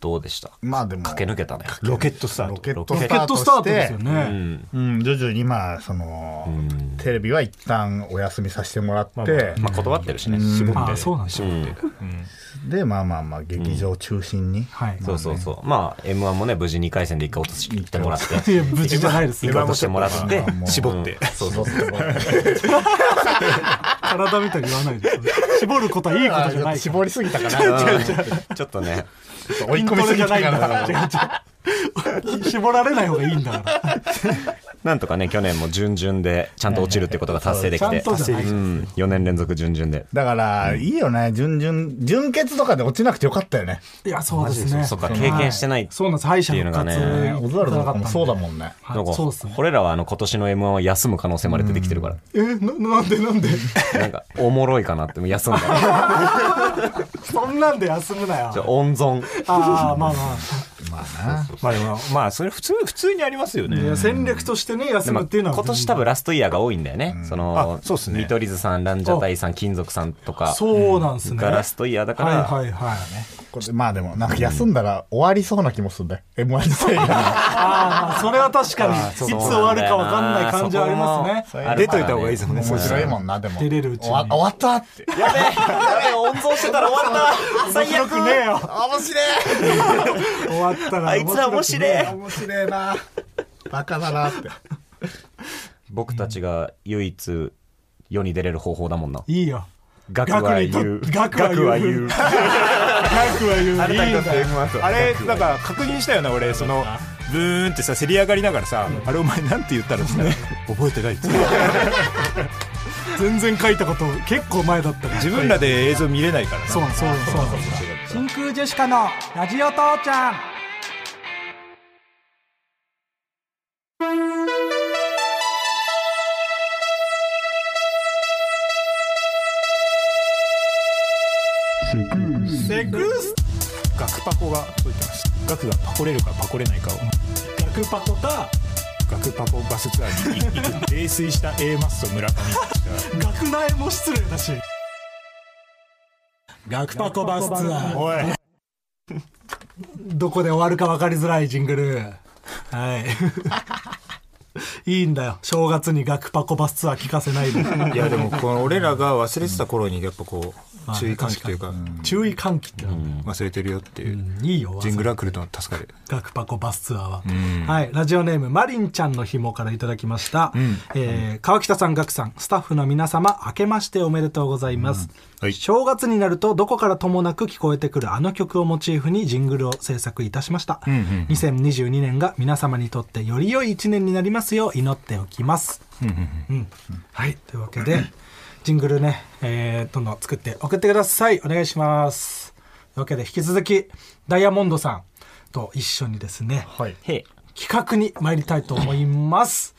Speaker 4: どうでした
Speaker 5: まあでも
Speaker 4: 駆け抜けたね。
Speaker 2: ロケットスター
Speaker 5: ロ
Speaker 2: ト
Speaker 5: ケット
Speaker 3: ロ
Speaker 5: ス
Speaker 3: ケ
Speaker 5: タ
Speaker 3: ッ
Speaker 5: ー
Speaker 3: ト
Speaker 5: ト
Speaker 3: スター
Speaker 5: し
Speaker 3: トです
Speaker 5: て
Speaker 3: よね
Speaker 5: うん徐々にまあそのテレビは一旦お休みさせてもらって
Speaker 4: まあ断ってるしね。
Speaker 3: ああそうなんですね
Speaker 5: でまあまあまあ劇場中心に
Speaker 3: はい
Speaker 4: そうそうそう。まあ M1 もね、無事2回戦で1回落としてもらって。
Speaker 3: いや無事じゃないです
Speaker 4: 一
Speaker 3: よ
Speaker 4: 回落としてもらって。
Speaker 2: 絞って、
Speaker 5: そうそうそう
Speaker 3: 体みたいに言わないで絞ることはいいことじゃないから
Speaker 5: 絞りすぎた かな
Speaker 4: うんちょっとね。
Speaker 5: 追い込みすぎ
Speaker 3: 筋トレじゃ
Speaker 5: たかな
Speaker 3: ないんだから違う違う絞られない方がいいんだから
Speaker 4: なんとかね、去年も準々でちゃんと落ちるってことが達成でき
Speaker 3: はいは
Speaker 4: て。
Speaker 3: いはいちゃんとじゃない
Speaker 4: うん。4年連続準々で。
Speaker 5: だからいいよね準々準決とかで落ちなくてよかったよね
Speaker 3: いやそうですね
Speaker 4: そっか、経験してない
Speaker 3: そうなんです敗者
Speaker 4: っていう
Speaker 3: 復
Speaker 4: のがね
Speaker 3: 活
Speaker 5: オズワルドとかもそうだもんね
Speaker 4: なんか
Speaker 3: そうですね
Speaker 4: 俺らはあの今年の M1 は休む可能性まで出てきてるから、
Speaker 3: えななんでなんで
Speaker 4: なんかおもろいかなってもう休んだじ ゃ
Speaker 3: そんなんで休むなよ
Speaker 4: あ温存
Speaker 3: ああまあまあ
Speaker 5: まあな
Speaker 2: まあでもまあそれ普通普通にありますよね
Speaker 3: いや戦略としてね休むっていうのは
Speaker 4: 今年多分ラストイヤーが多いんだよね。その
Speaker 2: あそうっすね
Speaker 4: 見取り図さん、ランジャタイさん、金属さんとか
Speaker 3: そうなんですね
Speaker 4: がラストイヤーだから、
Speaker 3: はいはいはい
Speaker 5: これまあでもなんか休んだら終わりそうな気もするんだよ m 1自体が
Speaker 3: ああそれは確かにいつ
Speaker 4: そう
Speaker 3: 終
Speaker 4: なんだよ
Speaker 3: わるかわかんない感じはありますね
Speaker 4: そこ
Speaker 5: ね
Speaker 4: もあ
Speaker 2: 出
Speaker 4: るか
Speaker 2: とい
Speaker 4: ら
Speaker 2: た方がいいですもんね
Speaker 5: 面白いもんなでも
Speaker 3: 出れるうちに
Speaker 5: 終わ終わったって
Speaker 4: やべえ、やべえ、温存してたら 終わった。最悪。
Speaker 3: ねえよ
Speaker 5: 面白い
Speaker 3: 終わったら
Speaker 4: あいつは面白い。
Speaker 5: 面白いなバカだなって
Speaker 4: 僕たちが唯一世に出れる方法だもんな。
Speaker 3: いいよ
Speaker 4: 額は言う。
Speaker 3: 額は言う額は言ういいんだよ
Speaker 2: あれだから確認したよな俺そのブーンってさせり上がりながらさあれお前なんて言った らっつったら覚えてないっつって
Speaker 3: 全然書いたこと結構前だったから
Speaker 2: 自分らで映像見れないから
Speaker 3: そうそうそう真空ジェシカのラジオ父ちゃん
Speaker 2: セクス学パコが解いてました学がパコれるかパコれないかを
Speaker 3: 学パコか
Speaker 2: 学パコバスツアーに行 く泥酔した A マッソ村上でし
Speaker 3: 学内も失礼だし学パコバスツア
Speaker 2: た
Speaker 3: ー
Speaker 2: おい
Speaker 3: どこで終わるか分かりづらいジングルはいいいんだよ正月に学パコバスツアー聞かせないで
Speaker 2: いやでもこの俺らが忘れてた頃にやっぱこう注意喚起というか
Speaker 3: 注意喚起ってのは
Speaker 2: 忘れてるよっていう
Speaker 3: いいよ
Speaker 2: ジングルが来ると助かる
Speaker 3: 学パコバスツアーは、はい、ラジオネームマリンちゃんの紐からいただきました、えー川北さん学さんスタッフの皆様明けましておめでとうございます、
Speaker 2: はい
Speaker 3: 正月になるとどこからともなく聞こえてくるあの曲をモチーフにジングルを制作いたしました、2022年が皆様にとってより良い1年になりますよう祈っておきます、うんはいというわけでジングルね、えーどんどん作って送ってくださいお願いしますというわけで引き続きダイヤモンドさんと一緒にですね、
Speaker 5: はい
Speaker 4: へえ
Speaker 3: 企画に参りたいと思います。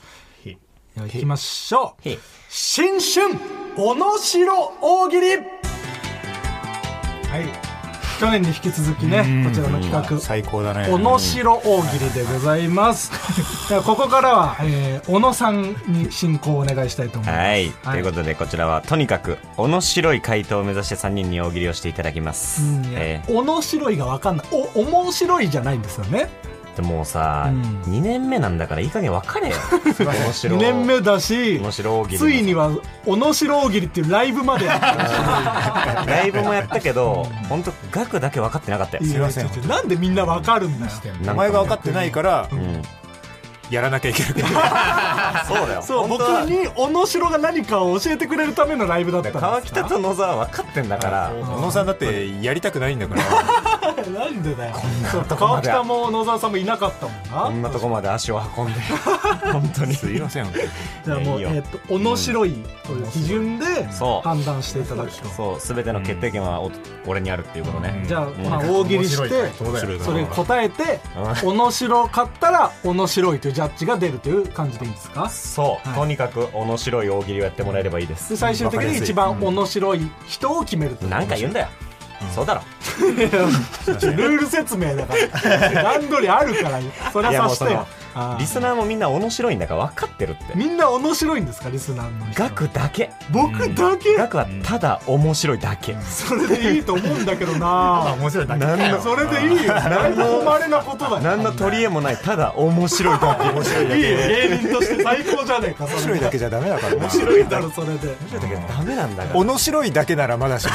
Speaker 3: では行きましょう
Speaker 4: へい。
Speaker 3: 新春おのしろ大喜利。はい。去年に引き続きね、こちらの企画。
Speaker 2: 最高だね
Speaker 3: おのしろ大喜利でございます。ではここからは、えー、小野さんに進行をお願いしたいと思います。
Speaker 4: はい、ということでこちらはとにかく面白い回答を目指して3人に大喜利をしていただきます、
Speaker 3: うんいや
Speaker 4: え
Speaker 3: おのしろいがわかんない。お、面白いじゃないんですよね。
Speaker 4: ーでもうさ、
Speaker 3: うん
Speaker 4: 2年目なんだからいい加減分かれよ面白
Speaker 3: 2年 目だし、
Speaker 4: 面白大喜利も
Speaker 3: ついには、おのしろ大喜利っていうライブまでやってました
Speaker 4: ライブもやったけど本当額だけ分かってなかったよ
Speaker 3: い
Speaker 2: すいません
Speaker 3: やちょちょなんでみんなわかるんだよ。
Speaker 4: な
Speaker 2: お
Speaker 4: ん
Speaker 2: 前が分かってないから
Speaker 4: うん
Speaker 2: やらなきゃいけなくて
Speaker 4: そうだよ
Speaker 3: そう、
Speaker 4: 本
Speaker 3: 僕
Speaker 4: 当は
Speaker 3: に小野城が何かを教えてくれるためのライブだったんです。
Speaker 4: 川北と野沢分かってんだから
Speaker 2: 小野さんだってやりたくないんだから
Speaker 3: なんでだよ。そう
Speaker 4: こま
Speaker 3: 川
Speaker 4: で
Speaker 3: 北も野沢さんもいなかった
Speaker 4: こ
Speaker 3: もん
Speaker 4: ん
Speaker 3: な。
Speaker 4: なとこまで足を運んで本当に
Speaker 2: すいません本当に
Speaker 3: じゃあもう、
Speaker 4: い
Speaker 3: え
Speaker 4: やいい
Speaker 3: っ
Speaker 4: よ
Speaker 3: と、小野城いという基準で
Speaker 4: そう
Speaker 3: 判断していただくと。
Speaker 4: そう全ての決定権はお俺にあるっていうことね
Speaker 3: じゃあ、
Speaker 4: ん
Speaker 3: まあ、大喜利し
Speaker 5: 面白い
Speaker 3: て
Speaker 5: 回、答だよ
Speaker 2: 面白い
Speaker 3: それに答えて、
Speaker 4: う
Speaker 3: 小野城勝ったら、小野城いというジャッジが出るという感じでいいんですか
Speaker 4: そう、とにかく面白い大喜利をやってもらえればいいで
Speaker 3: です最終的に一番面白い人を決めると
Speaker 4: なんか言うんだよ、そうだろ
Speaker 3: ルール説明だから段取りあるからそり
Speaker 4: いや
Speaker 3: ゃさ
Speaker 4: もう
Speaker 3: し
Speaker 4: そ
Speaker 3: て
Speaker 4: の
Speaker 3: よあー
Speaker 4: リスナーもみんな面白いんだから分かってるって
Speaker 3: みんな面白いんですかリスナーの人
Speaker 4: 額だけ
Speaker 3: 僕だけ、
Speaker 4: 額はただ面白いだけ、
Speaker 3: それでいいと思うんだけどな
Speaker 5: 面白いだ け
Speaker 4: 何の
Speaker 3: それでい いよだいぶ誉れなことだよ
Speaker 4: 何の取り柄もないただ面白いだけ面白い
Speaker 3: いいよ芸人として最高じゃねえか面
Speaker 2: 面白いだけじゃダメだからな
Speaker 3: 面白いだろそれで
Speaker 4: だけどダメなんだから
Speaker 2: 面白いだけならまだし も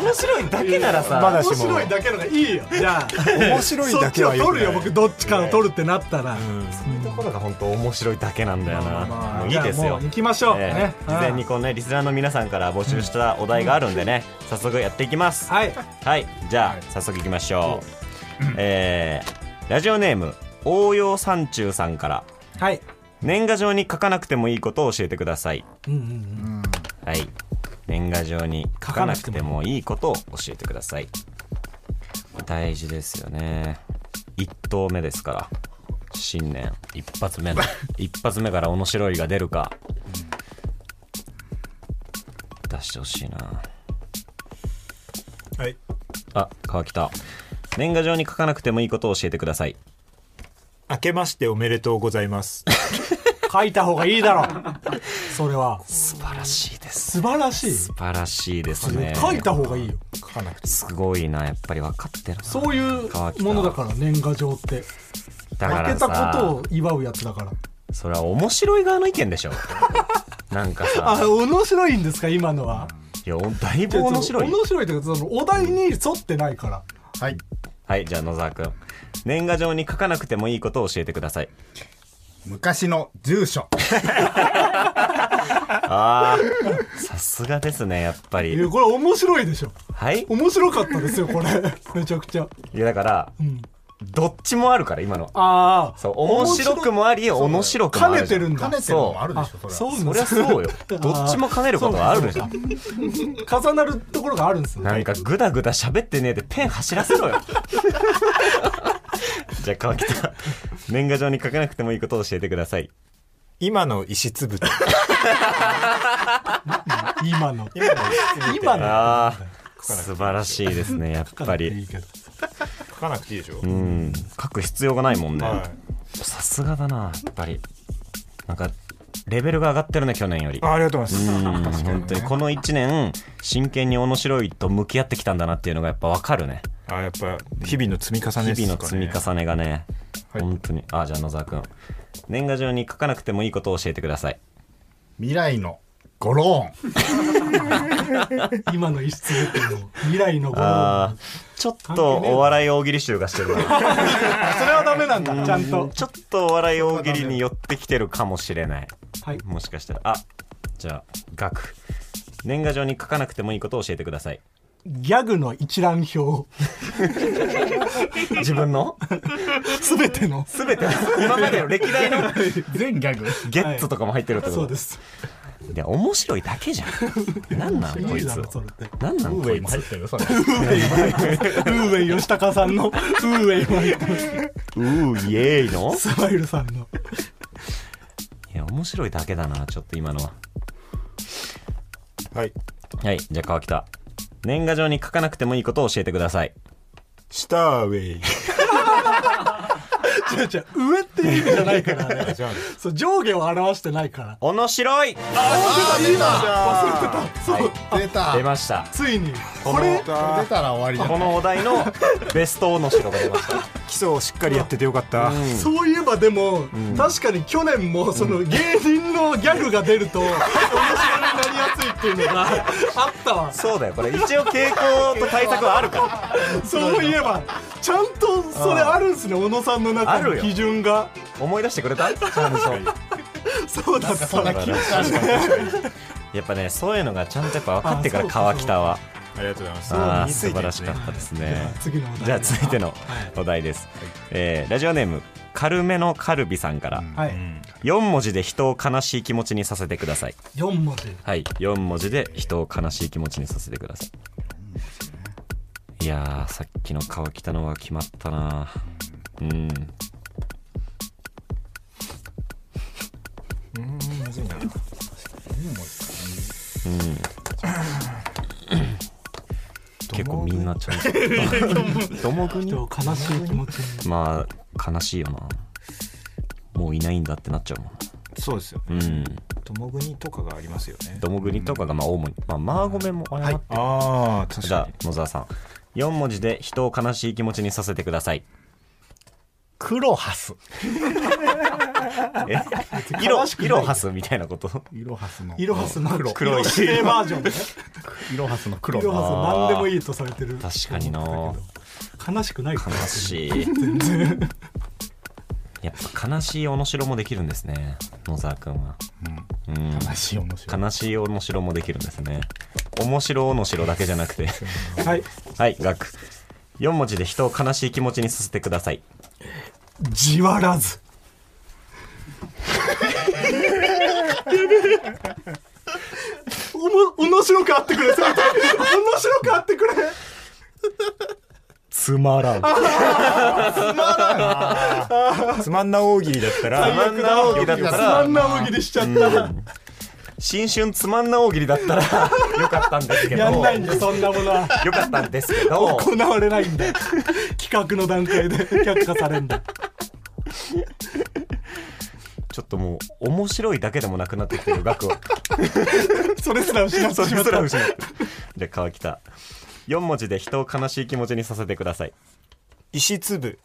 Speaker 4: 面白いだけならさ、
Speaker 2: まだ
Speaker 3: 面白いだけのがいいよじゃあ
Speaker 2: 面白い
Speaker 3: そ
Speaker 2: だ
Speaker 3: っち
Speaker 2: け
Speaker 3: を
Speaker 2: は良
Speaker 3: 取
Speaker 2: く
Speaker 3: る
Speaker 2: な
Speaker 3: よ
Speaker 2: い
Speaker 3: 僕どっちかを取るってなったら、
Speaker 4: そういうところが本当面白いだけなんだよな、
Speaker 3: まあ
Speaker 4: もういいです
Speaker 3: じゃあ
Speaker 4: よ
Speaker 3: もう行きましょう、
Speaker 4: え
Speaker 3: ね
Speaker 4: ー事前にこうねリスナーの皆さんから募集したお題があるんでね、早速やっていきます
Speaker 3: はい
Speaker 4: はいじゃあ、早速いきましょう、えーラジオネーム応用三中さんから
Speaker 3: はい
Speaker 4: 年賀状に書かなくてもいいことを教えてください
Speaker 3: うんうんうん
Speaker 4: はい年賀状に書かなくてもいいことを教えてください大事ですよね一投目ですから新年一 発目の一発目から面白いが出るか出してほしいな
Speaker 2: はい
Speaker 4: あ川北年賀状に書かなくてもいいことを教えてください。
Speaker 2: 明けましておめでとうございます。
Speaker 3: 書いた方がいい だろうそれは
Speaker 4: 素晴らしいです。
Speaker 3: 素晴らしい
Speaker 4: 素晴らしいですね。
Speaker 3: 書いた方がいいよ
Speaker 2: 書かなくて。
Speaker 4: すごいな、やっぱり分かってるな。
Speaker 3: そういうものだから年賀状って
Speaker 4: だか
Speaker 3: 負け
Speaker 4: ら
Speaker 3: た
Speaker 4: さ
Speaker 3: ことを祝うやつだから
Speaker 4: それは面白い側の意見 でしょ。なんか
Speaker 3: あ
Speaker 4: さ、
Speaker 3: 面白いんですか今のはい
Speaker 4: や、だいぶ面白いよ。
Speaker 3: 面白いというかそのお題に沿ってないから
Speaker 5: はい。
Speaker 4: はい、じゃあ野沢くん。年賀状に書かなくてもいいことを教えてください。
Speaker 5: 昔の住所。
Speaker 4: ああ、さすがですね、やっぱ
Speaker 3: いや
Speaker 4: り。
Speaker 3: これ面白いでしょ
Speaker 4: はい
Speaker 3: 面白かったですよ これめちゃくちゃ
Speaker 4: いや、だから、どっちもあるから、今のは。
Speaker 3: ああ
Speaker 4: そう、面白くもあり、面白くもあ
Speaker 3: 兼
Speaker 4: る。
Speaker 3: ねてるん
Speaker 5: 兼
Speaker 3: だ
Speaker 5: ねてるのもあるでしょ、それは。
Speaker 3: そう
Speaker 4: そ
Speaker 3: なん
Speaker 4: り
Speaker 3: で
Speaker 4: ゃ
Speaker 3: す
Speaker 4: そうよ
Speaker 3: あ。ー
Speaker 4: どっちも兼ねることはあるじゃん。
Speaker 3: 重なるところがあるんですね
Speaker 4: なんかぐだぐだ喋ってねえでペン走らせろよ。じゃあ川北、年賀状に書かなくてもいいことを教えてください。
Speaker 2: 今の石つぶて。今
Speaker 3: 今の
Speaker 2: の石つぶて
Speaker 3: 今の
Speaker 4: ああ、素晴らしいですね、やっぱ
Speaker 3: いい
Speaker 4: り。
Speaker 3: けど
Speaker 2: 書かなくていいでしょ
Speaker 4: う。ん、書く必要がないもんね。
Speaker 2: はい。
Speaker 4: さすがだな、やっぱり。なんか、レベルが上がってるね、去年より。
Speaker 2: あありがとうございます。
Speaker 4: うん、本当にこの1年、真剣に面白いと向き合ってきたんだなっていうのがやっぱわかるね。
Speaker 2: あやっぱ日々の積み重ねですかね。
Speaker 4: 日々の積み重ねがね、
Speaker 5: はい
Speaker 4: 本当にあじゃあ野沢君年賀状に書かなくてもいいことを教えてください
Speaker 5: 未来のゴローン。
Speaker 3: 今の一室っていうの未来のゴロ
Speaker 4: あーちょっとお笑い大喜利集がしてるわ
Speaker 3: それはダメなんだちゃん
Speaker 4: う
Speaker 3: と
Speaker 4: ちょっとお笑い大喜利に寄ってきてるかもしれない
Speaker 3: はい
Speaker 4: もしかしたらあじゃあ額年賀状に書かなくてもいいことを教えてください
Speaker 3: ギャグの一覧 表
Speaker 4: 自分の
Speaker 3: すべての
Speaker 4: 全て今までの歴代の
Speaker 5: 全ギャグ。
Speaker 4: ゲッツとかも入ってるってこと、
Speaker 3: そうです
Speaker 4: いや面白いだけじゃんなんなんこい
Speaker 3: いい
Speaker 4: つ
Speaker 3: だろそれって
Speaker 4: なんな
Speaker 5: ウ
Speaker 4: ん
Speaker 5: ーウ
Speaker 4: こ
Speaker 5: ェイ
Speaker 4: い
Speaker 5: も
Speaker 4: つ
Speaker 5: 入ってるよ、そ れ。
Speaker 3: ウーウェイ吉高さん のウーウェイも入ってます
Speaker 4: うーイエーイの
Speaker 3: スマイルさんの
Speaker 4: いや面白いだけだなちょっと今のは
Speaker 2: はい。
Speaker 4: はい、じゃあ川北。年賀状に書かなくてもいいことを教えてください。
Speaker 2: スターウェイ。
Speaker 3: 違う違う上っていう意味じゃないからね
Speaker 2: じゃあ
Speaker 3: そう上下を表してないから
Speaker 4: 面白い
Speaker 5: 出た。
Speaker 4: 出
Speaker 5: 出
Speaker 4: ました。
Speaker 3: ついに
Speaker 2: これ
Speaker 5: たら終わりだ。
Speaker 4: このお題のベストおのしろが出ました。
Speaker 2: 基礎をしっかりやっててよかった。
Speaker 3: そういえばでも、確かに去年もその芸人のギャグが出ると面白になりやすいっていうのがあったわ
Speaker 4: そうだよ、これ一応傾向と対策はあるか
Speaker 3: そういえばちゃんとそれあるんすね小野さんの
Speaker 4: あ
Speaker 3: 中
Speaker 4: る
Speaker 3: の
Speaker 4: よ
Speaker 3: 基準が
Speaker 4: ら。思い出してくれた
Speaker 3: そうだった
Speaker 5: そんな気持ち悪い
Speaker 4: やっぱね、そういうのがちゃんとやっぱ分かってから
Speaker 3: あそう
Speaker 4: 川北は。
Speaker 2: ありがとうございます。
Speaker 4: ああ、
Speaker 2: 身につ
Speaker 4: 素
Speaker 2: いてる
Speaker 4: 晴
Speaker 2: んで
Speaker 4: ら
Speaker 2: す
Speaker 4: し
Speaker 2: ね
Speaker 4: かったですね。
Speaker 3: 次のお題
Speaker 4: じゃあ続いてのお題です。えーラジオネーム、軽めのカルビさんから、
Speaker 3: はい、
Speaker 4: 4文字で人を悲しい気持ちにさせてください。
Speaker 3: 4文字
Speaker 4: はい、4文字で人を悲しい気持ちにさせてください。いやー、さっきの川北のは決まったなうん。結構みんなちゃんと。どもぐに
Speaker 3: 人を悲しい気持ちに
Speaker 4: まあ、悲しいよな。もういないんだってなっちゃうもん
Speaker 2: そうですよね。
Speaker 4: な。うん。
Speaker 2: ともぐにとかがありますよね。
Speaker 4: どもぐにとかが、まあ、主に。まあ、マーゴメも謝って
Speaker 2: ああ確
Speaker 4: じゃ
Speaker 2: か
Speaker 4: あ野沢さん4文字で人を悲しい気持ちにさせてください
Speaker 5: クロハス。
Speaker 4: え色色をはすみたいなこと
Speaker 5: イロハスの。
Speaker 3: イロハスの
Speaker 5: 黒。
Speaker 3: 黒い指定バージョンね
Speaker 5: イロハスの黒
Speaker 3: イロ
Speaker 5: の。
Speaker 3: ハス何でもいいとされてる
Speaker 4: 確かにな
Speaker 3: 悲しくないか
Speaker 4: 悲
Speaker 3: ら
Speaker 4: しいやっぱ悲しいおのしろもできるんですね野沢くんは、うん、
Speaker 5: 悲しい面白い。
Speaker 4: 悲しいおのしろもできるんですね面白おのしろだけじゃなくて
Speaker 3: はい
Speaker 4: はい額4文字で人を悲しい気持ちにさせてください
Speaker 3: じわらずおも面白くあってくれそれ面白くあってくれ
Speaker 4: つまらん
Speaker 2: に。つまんな大喜利だったら。
Speaker 4: つまんな大喜利だった
Speaker 3: あ
Speaker 4: ら
Speaker 3: んな大喜利しちゃった
Speaker 4: 新春つまんな大喜利だっ たらよかったんですけど
Speaker 3: やんないん
Speaker 4: よ
Speaker 3: だよそんなものは
Speaker 4: かったんですけど
Speaker 3: 行われないんだよ企画の段階で却下されんだ
Speaker 4: ちょっともう面白いだけでもなくなってきて る額は
Speaker 3: それすら失ってしま
Speaker 4: それ
Speaker 3: っ
Speaker 4: す
Speaker 3: た
Speaker 4: ら失ってじゃあ川北4文字で人を悲しい気持ちにさせてください
Speaker 2: 石粒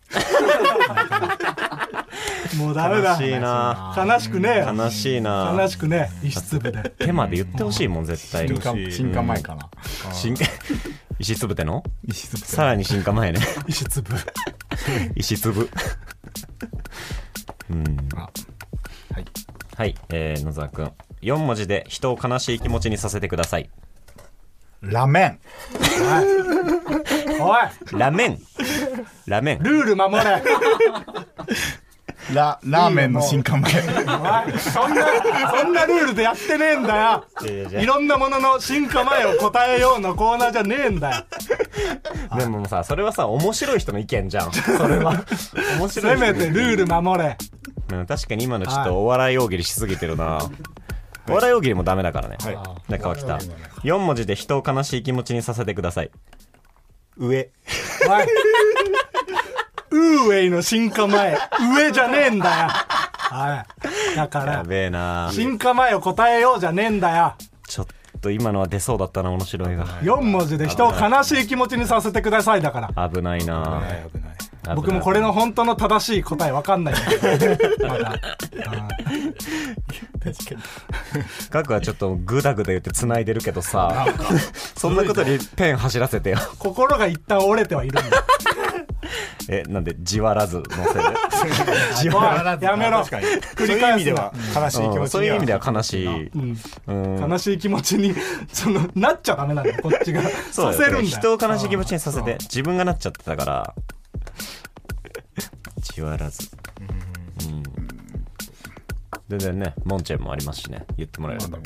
Speaker 3: もうダメ
Speaker 4: 悲
Speaker 3: だ
Speaker 4: しいな
Speaker 3: 悲しくねえよ
Speaker 4: 悲しいな
Speaker 3: 悲しくねえ石粒で
Speaker 4: 手まで言ってほしいもん絶対
Speaker 2: ほしい
Speaker 6: 進化前かな。
Speaker 4: 進 石粒ての
Speaker 6: 石粒
Speaker 4: さらに進化前ね
Speaker 3: 石粒
Speaker 4: 石粒うん
Speaker 6: あはい。
Speaker 4: はい、えー、野沢くん4文字で人を悲しい気持ちにさせてください
Speaker 5: ラメン
Speaker 3: おい
Speaker 4: ラメンラメン
Speaker 3: ルール守れ
Speaker 5: ララーメンの新 幹線
Speaker 3: おいそんなそんなルールでやってねえんだ
Speaker 4: いやい
Speaker 3: よ
Speaker 4: や
Speaker 3: いろんなものの進化前を答えようのコーナーじゃねえんだよ
Speaker 4: でもさそれはさ面白い人の意見じゃんそれは面白
Speaker 3: せ
Speaker 4: い人の
Speaker 3: め
Speaker 4: 意見
Speaker 3: てルール守れ
Speaker 4: うん確かに今のちょっ
Speaker 3: はい
Speaker 4: とお笑い大喜利しすぎてるなお笑い大喜利もダメだからねはい川北4文字で人を悲しい気持ちにさせてください
Speaker 2: 上
Speaker 3: おいウーウェイの進化前上じゃねえんだよはいだか
Speaker 4: や
Speaker 3: ら
Speaker 4: べえな
Speaker 3: 進化前を答えようじゃねえんだよ
Speaker 4: ちょっと今のは出そうだったな面白いが
Speaker 3: 4文字で人を悲しい気持ちにさせてくださいだから
Speaker 4: 危ないな
Speaker 2: 危ない
Speaker 4: 危ない
Speaker 3: 僕もこれの本当の正しい答えわかんないんだけどまだ
Speaker 4: ガクはちょっとグダグダ言って繋いでるけどさそんなことにペン走らせてよ
Speaker 3: 心が一旦折れてはいるんだ
Speaker 4: えなんでじわらずのせいで
Speaker 3: おいやめろ
Speaker 2: 確かにそう
Speaker 3: り返
Speaker 2: いう
Speaker 3: すな
Speaker 2: 意味では悲しい気持ち
Speaker 4: う
Speaker 2: に
Speaker 4: ん
Speaker 2: は
Speaker 4: そういう意味では悲しい。うん
Speaker 3: 悲しい気持ちに そのなっちゃダメなんだよこっちが
Speaker 4: そ
Speaker 3: さ
Speaker 4: う
Speaker 3: せるんだよ
Speaker 4: 人を悲しい気持ちにさせて、自分がなっちゃってたから。血はあらず。うん。全然ね、モンチェンもありますしね、言ってもらえれば。
Speaker 3: うん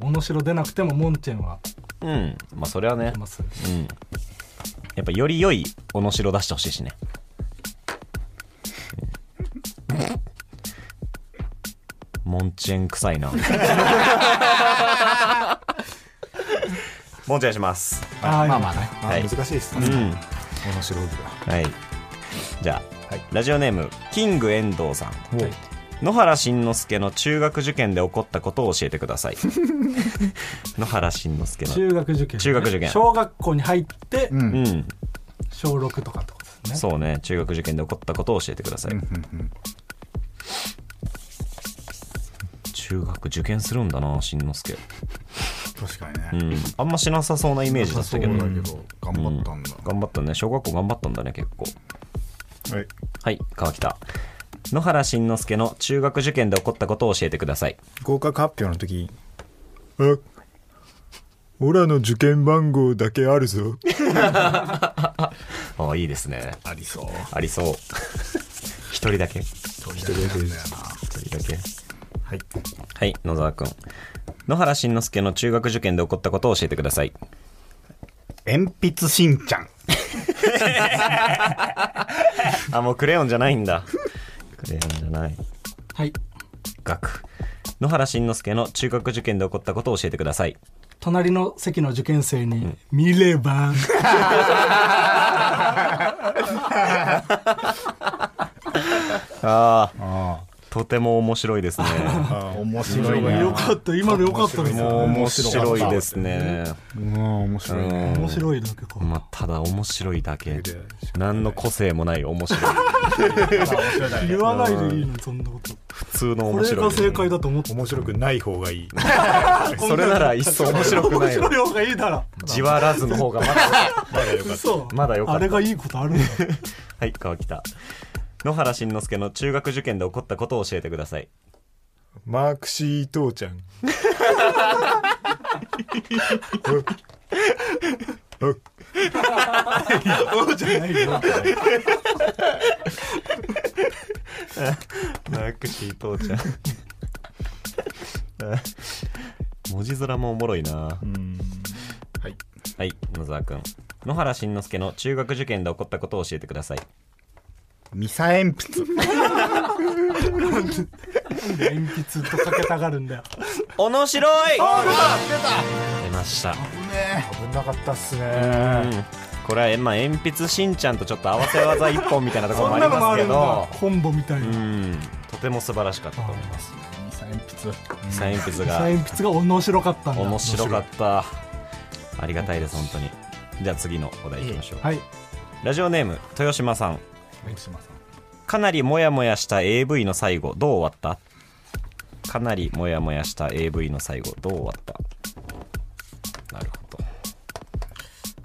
Speaker 3: 小野城出なくてもモンチェンは
Speaker 4: うん。まあ、それはね
Speaker 3: 出、ます
Speaker 4: うん。やっぱより良いおのしろ出してほしいしね。うんモンチェン臭いな。モンチェンします。
Speaker 3: あ
Speaker 6: まあまあね。
Speaker 4: はい
Speaker 2: あ難しいです
Speaker 4: う
Speaker 2: ね
Speaker 4: ん。
Speaker 2: 面白いです
Speaker 4: はい。じゃあ、ラジオネーム、キング遠藤さん。野原しんのすけの中学受験で起こったことを教えてください。野原しんのすけの。
Speaker 3: 中学受験
Speaker 4: 中学受験
Speaker 3: 小学校に入って
Speaker 4: うん。
Speaker 3: 小6とかってことですね
Speaker 4: そうね。中学受験で起こったことを教えてください。中学受験するんだな、しんのすけ。
Speaker 5: 確かに
Speaker 4: う
Speaker 5: ね
Speaker 4: ん。あんましなさそうなイメージだったけど。
Speaker 5: けど頑張ったんだ
Speaker 4: 頑張ったね。小学校頑張ったんだね、結構。
Speaker 5: はい
Speaker 4: はい、川北。野原しんのすけの中学受験で起こったことを教えてください。
Speaker 2: 合格発表の時あオラの受験番号だけあるぞ
Speaker 4: ああ、いいですね。
Speaker 5: ありそう
Speaker 4: あり そう。一人だけ
Speaker 5: 一人だけだよ
Speaker 4: 一人だけ。はい。はい、野沢くん。野原しんのすけの中学受験で起こったことを教えてください。
Speaker 5: な鉛筆しんちゃん
Speaker 4: あ、もうクレヨンじゃないんだ。クレヨンじゃない。
Speaker 3: はい
Speaker 4: 学。野原しんのすけの中学受験で起こったことを教えてください。
Speaker 3: 隣の席の受験生に「見れば」
Speaker 4: ああ。とても面白い ですね。
Speaker 5: 面白い
Speaker 3: よ
Speaker 5: ね
Speaker 3: かった今のよかったです
Speaker 4: もう
Speaker 3: よ
Speaker 4: 面白いですね。
Speaker 5: うん面白いね
Speaker 3: 面白いだけ
Speaker 4: まあ、ただ面白いだけ。何の個性もない面白い。
Speaker 3: 言わないでいいのにそんなこと
Speaker 4: 普通の
Speaker 3: こ
Speaker 4: 面
Speaker 3: れ
Speaker 4: 白い
Speaker 3: が。正解だと思って
Speaker 2: 面白くない方がいい
Speaker 4: それなら一層面白く
Speaker 3: 面
Speaker 4: ないわ
Speaker 3: 白い方がいいだろ
Speaker 4: じわらずの方がまだ
Speaker 3: 嘘
Speaker 4: まだよかった
Speaker 3: あれがいいことあるんだ
Speaker 4: はい川北野原しんのすけの中学受験で起こったことを教えてください
Speaker 2: マークシー父ちゃんおお
Speaker 3: そうじゃないよ
Speaker 4: マークシー父ちゃん 文字面もおもろいな
Speaker 5: はい
Speaker 4: はい野沢君野原しんのすけの中学受験で起こったことを教えてください
Speaker 5: ミサ鉛筆
Speaker 3: 鉛筆とかけたがるんだよ
Speaker 4: 面白い
Speaker 5: 出
Speaker 4: 出ました。
Speaker 5: た
Speaker 2: 危なかったっすね、
Speaker 4: うんこれは、まあ、鉛筆しんちゃんとちょっと合わせ技一本みたいなところもありますけど、
Speaker 3: コンボみたいな、
Speaker 4: うん、とても素晴らしかったと思います。
Speaker 5: 鉛筆
Speaker 4: 三鉛筆
Speaker 3: サ
Speaker 4: が
Speaker 3: イン筆が面白かったんだ
Speaker 4: 面白かった。ありがたいです、本当に。じゃあ次のお題いきましょう。
Speaker 3: はい
Speaker 4: ラジオネーム、豊島さん。
Speaker 5: 三島さん
Speaker 4: かなりモヤモヤした AV の最後どう終わったかなりモヤモヤした AV の最後どう終わったなるほど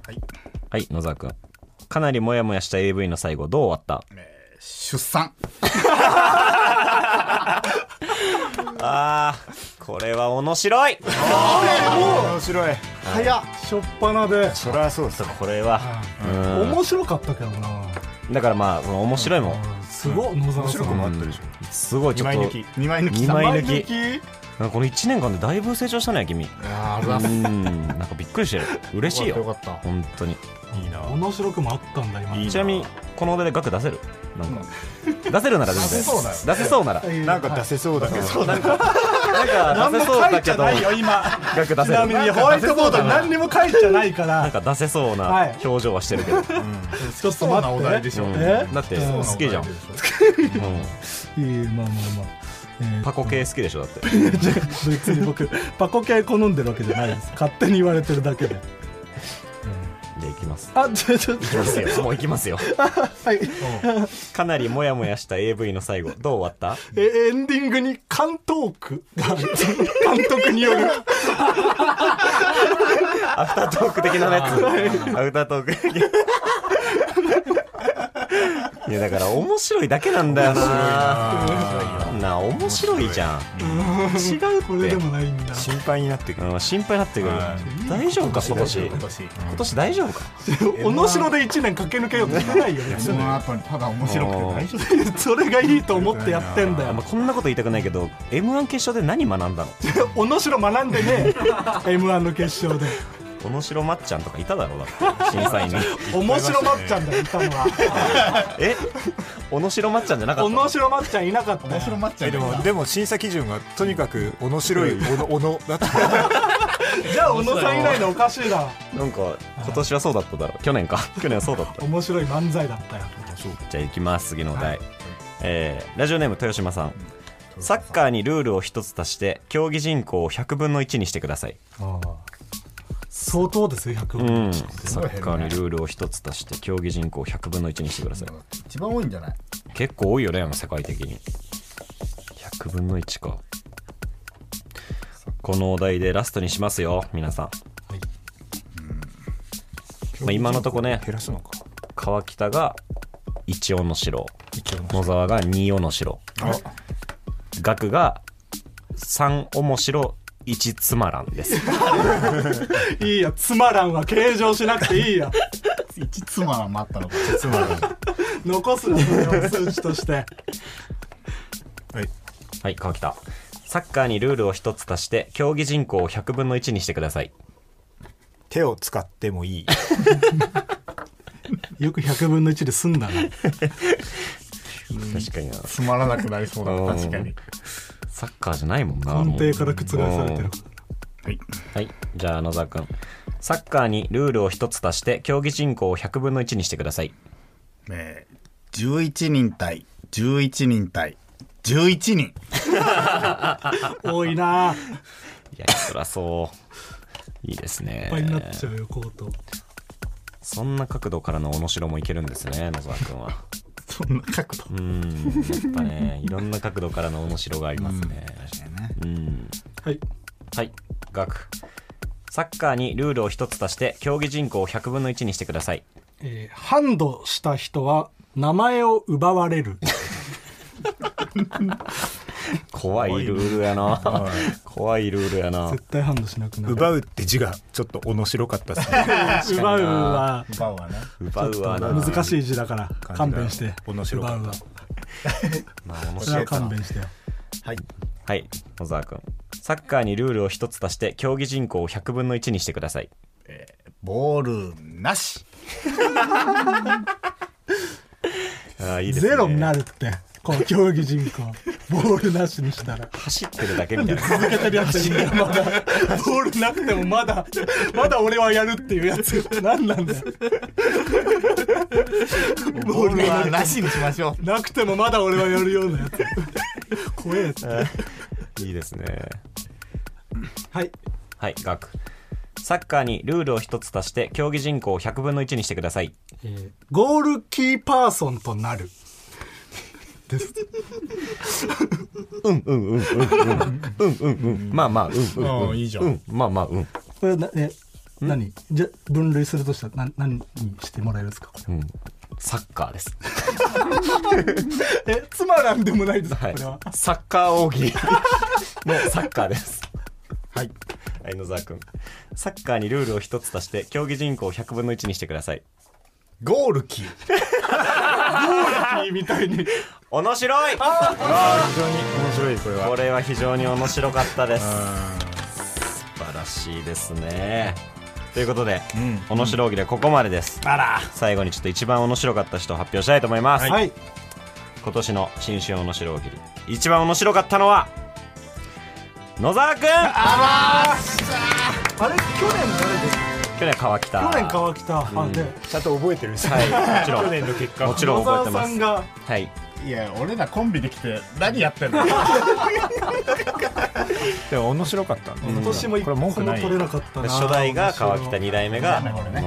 Speaker 5: はい
Speaker 4: はい野沢君かなりモヤモヤした AV の最後どう終わっ
Speaker 5: えー出産
Speaker 4: たあーこれは面白い
Speaker 2: 面白い
Speaker 3: 早っしょっぱなで
Speaker 2: そりゃそうっすね
Speaker 4: これは
Speaker 3: 面白かったけどな
Speaker 4: だからまあその面白いもん
Speaker 3: すごい野沢
Speaker 2: 面
Speaker 3: さ
Speaker 2: 白く
Speaker 3: ん
Speaker 2: もあったでしょ
Speaker 4: すごいち
Speaker 2: 2
Speaker 4: ょ
Speaker 2: 枚
Speaker 4: っと
Speaker 2: 抜き
Speaker 5: 二枚抜き
Speaker 4: 二枚抜き
Speaker 3: 前抜き
Speaker 4: なんかこの1年間でだいぶ成長したね君
Speaker 5: あ
Speaker 4: うーんなんかびっくりしてる嬉しい
Speaker 5: よか
Speaker 4: よ
Speaker 5: ったよかった
Speaker 4: 本当に
Speaker 2: いいな
Speaker 3: 面白くもあったんだ今
Speaker 2: いいな
Speaker 4: ちなみにこのお題で額出せるなんか出せるなら全然
Speaker 5: 出せそうだよ
Speaker 4: 出せそうなら
Speaker 2: なんか出せそうだけど、
Speaker 4: なんかなんか出せそうだけど
Speaker 3: 今
Speaker 4: 額出
Speaker 3: ち
Speaker 4: せ
Speaker 3: なみ
Speaker 4: る
Speaker 3: にホワイトボードに何にも書いてないか
Speaker 4: なん
Speaker 3: ら
Speaker 4: か出せそう
Speaker 3: は
Speaker 4: ない表情はしてるけど、
Speaker 3: ちょっと
Speaker 5: そうな
Speaker 3: 待
Speaker 5: お
Speaker 3: っ
Speaker 5: 題
Speaker 3: て
Speaker 5: でしょ
Speaker 4: うん
Speaker 3: え
Speaker 4: だって
Speaker 3: うん
Speaker 4: 好きじゃん、
Speaker 5: そううなお題でし
Speaker 4: ん
Speaker 3: いいまあまあまあえー
Speaker 4: パコ系好きでしょだって
Speaker 3: じゃあ別に僕パコ系好んでるわけじゃないです勝手に言われてるだけで
Speaker 4: じゃあいきます
Speaker 3: あちょちょちょ
Speaker 4: もういきますよ
Speaker 3: はい
Speaker 4: かなりモヤモヤした AV の最後どう終わった
Speaker 3: えエンディングに関東区が監督による
Speaker 4: アフタートーク的なやつアフタートーク的いやだから面白いだけなんだよななあ面白いじゃん違うって
Speaker 3: これでもないんだ
Speaker 2: 心配になってくる
Speaker 4: うん心配になってくる
Speaker 2: は
Speaker 4: 大丈夫か今年
Speaker 5: 今年
Speaker 4: 今年大丈夫か
Speaker 3: おのしろで1年駆け抜けようとしてないよね
Speaker 5: その後にただ面白くて大丈 夫
Speaker 3: それがいいと思ってやってんだ
Speaker 4: あま
Speaker 3: よ
Speaker 4: あこんなこと言いたくないけど m 1決勝で何学んだの
Speaker 3: おのしろ学んでね m 1の決勝で
Speaker 4: 小野城まっちゃんとかいただろうだって審査員に
Speaker 3: 面白まっちゃんだよいたのは
Speaker 4: え小野城まっちゃんじゃなか
Speaker 3: お
Speaker 4: った
Speaker 3: のしろまっちゃんいなかった
Speaker 5: 面白
Speaker 3: よ
Speaker 5: まっちゃ
Speaker 2: え
Speaker 5: う
Speaker 2: で
Speaker 5: よ
Speaker 2: もでも審査基準がとにかく面白いおのおのだった
Speaker 3: じゃあ小野さん以外のおかしいだ
Speaker 4: なんか今年はそうだっただろう去年 か去年はそうだった
Speaker 3: 面白い漫才だったよ
Speaker 4: じゃあ行きます次のお題、えーラジオネーム豊島さんサッカーにルールを一つ足して競技人口を100分の1にしてください
Speaker 3: 相当ですよ100
Speaker 4: う
Speaker 3: 分
Speaker 4: んサッカーにルールを一つ足して競技人口を100分の1にしてください
Speaker 5: 一番多いんじゃない
Speaker 4: 結構多いよね世界的に100分の1かこのお題でラストにしますよ皆さん、まあ、今のとこね
Speaker 2: 減らすのか
Speaker 4: 川北が一音の城野沢が二音の城岳が三面白一つまらんです
Speaker 3: いいやつまらんは計上しなくていいや
Speaker 5: 一つまらんもあったのか
Speaker 3: 残すなそれを数値として
Speaker 2: はい
Speaker 4: はい川北サッカーにルールを一つ足して競技人口を100分の1にしてください
Speaker 2: 手を使ってもいい
Speaker 3: よく100分の1で済んだな
Speaker 4: 確かにな
Speaker 5: つまらなくなりそうだ
Speaker 4: うん
Speaker 5: な確かに
Speaker 4: サッカーじゃないもんな
Speaker 3: 根底から覆されて
Speaker 4: う
Speaker 3: る
Speaker 4: ん
Speaker 3: から
Speaker 5: はい
Speaker 4: はい。じゃあ、野沢くん。サッカーにルールを一つ足して、競技人口を100分の1にしてください。
Speaker 5: えー11人対11人対11人
Speaker 3: 多いなあいっ
Speaker 4: いや、そらそう。いいですね
Speaker 3: ぱいになっちゃうよコート
Speaker 4: そんな角度からのおのしろもいけるんですね野沢くんは
Speaker 5: そんな角度
Speaker 4: うーんやっぱねいろんな角度からのおのしろがありますねうん
Speaker 3: はい
Speaker 4: はい額サッカーにルールを一つ足して競技人口を100分の1にしてください
Speaker 3: えーハンドした人は名前を奪われる
Speaker 4: 怖いルールやな怖いルールやな
Speaker 3: 絶対ハンドしなくなる
Speaker 2: 奪うって字がちょっと面白かったですね
Speaker 3: 奪うは
Speaker 5: バウはね
Speaker 4: 奪うわな
Speaker 3: 難しい字だから勘弁して
Speaker 2: 面白
Speaker 3: 奪
Speaker 2: か
Speaker 3: う
Speaker 2: った
Speaker 3: は
Speaker 4: まあ
Speaker 3: そ
Speaker 4: 面
Speaker 3: れ
Speaker 4: 白
Speaker 3: はい
Speaker 4: か
Speaker 3: 勘弁してよ
Speaker 5: はい
Speaker 4: はい野沢君サッカーにルールを一つ足して競技人口を100分の1にしてください
Speaker 5: ボールなし
Speaker 4: ああいい
Speaker 3: ゼロになるって口、競技人 口。ボールなしにしたら。
Speaker 4: 走ってるだけみたいな。
Speaker 3: 続けてるやついるまだ、 ボールなくてもまだ、まだ俺はやるっていうやつ。何なん だよ。
Speaker 6: ボールはなしにしましょう。
Speaker 3: なくてもまだ俺はやるよう なやつ。怖え。
Speaker 4: いいですね。
Speaker 3: はい。
Speaker 4: はい、ガク。サッカーにルールを一つ足して、競技人口を100分の1にしてください。
Speaker 3: えーゴールキーパーソンとなる。
Speaker 4: まあまあ、うん、うん、
Speaker 5: うん、いいじゃん。
Speaker 4: まあまあ、うん。
Speaker 3: これな、え、何じゃ、分類するとしたら、な、何にしてもらえるんですかこれ。
Speaker 4: サッカーです。
Speaker 3: え、つまらんでもないです、
Speaker 4: はい
Speaker 3: これは。。
Speaker 4: サッカー大喜利 のサッカーです。
Speaker 5: はい。
Speaker 4: はい、野沢君。サッカーにルールを一つ足して、競技人口を100分の1にしてください。
Speaker 5: ゴールキー。
Speaker 3: みたいに。
Speaker 4: 面白い
Speaker 5: 非常に面白い、これは。
Speaker 4: これは非常に面白かったです。素晴らしいですね。ということで、面白いでここまでです。
Speaker 5: あら。
Speaker 4: 最後にちょっと一番面白かった人を発表したいと思います。
Speaker 3: はい。
Speaker 4: 今年の新春面白い切り一番面白かったのは野沢君
Speaker 3: あれ、去年誰ですか
Speaker 4: 去年川北
Speaker 3: 去年川北。あ、で、
Speaker 5: ちゃんと覚えてるし。
Speaker 4: はいもちろん
Speaker 2: 去年の結果
Speaker 4: もちろん覚えてま
Speaker 3: 野沢さん
Speaker 4: す
Speaker 3: が、
Speaker 4: はい
Speaker 6: いや、俺らコンビで来て何やってんの
Speaker 2: でも面白かったんで
Speaker 3: 今年も一
Speaker 2: こ
Speaker 3: 個
Speaker 2: れ
Speaker 3: も
Speaker 2: 文句ない
Speaker 3: 取れなかったな。
Speaker 4: 初代が川北二代目が野沢
Speaker 6: よかった、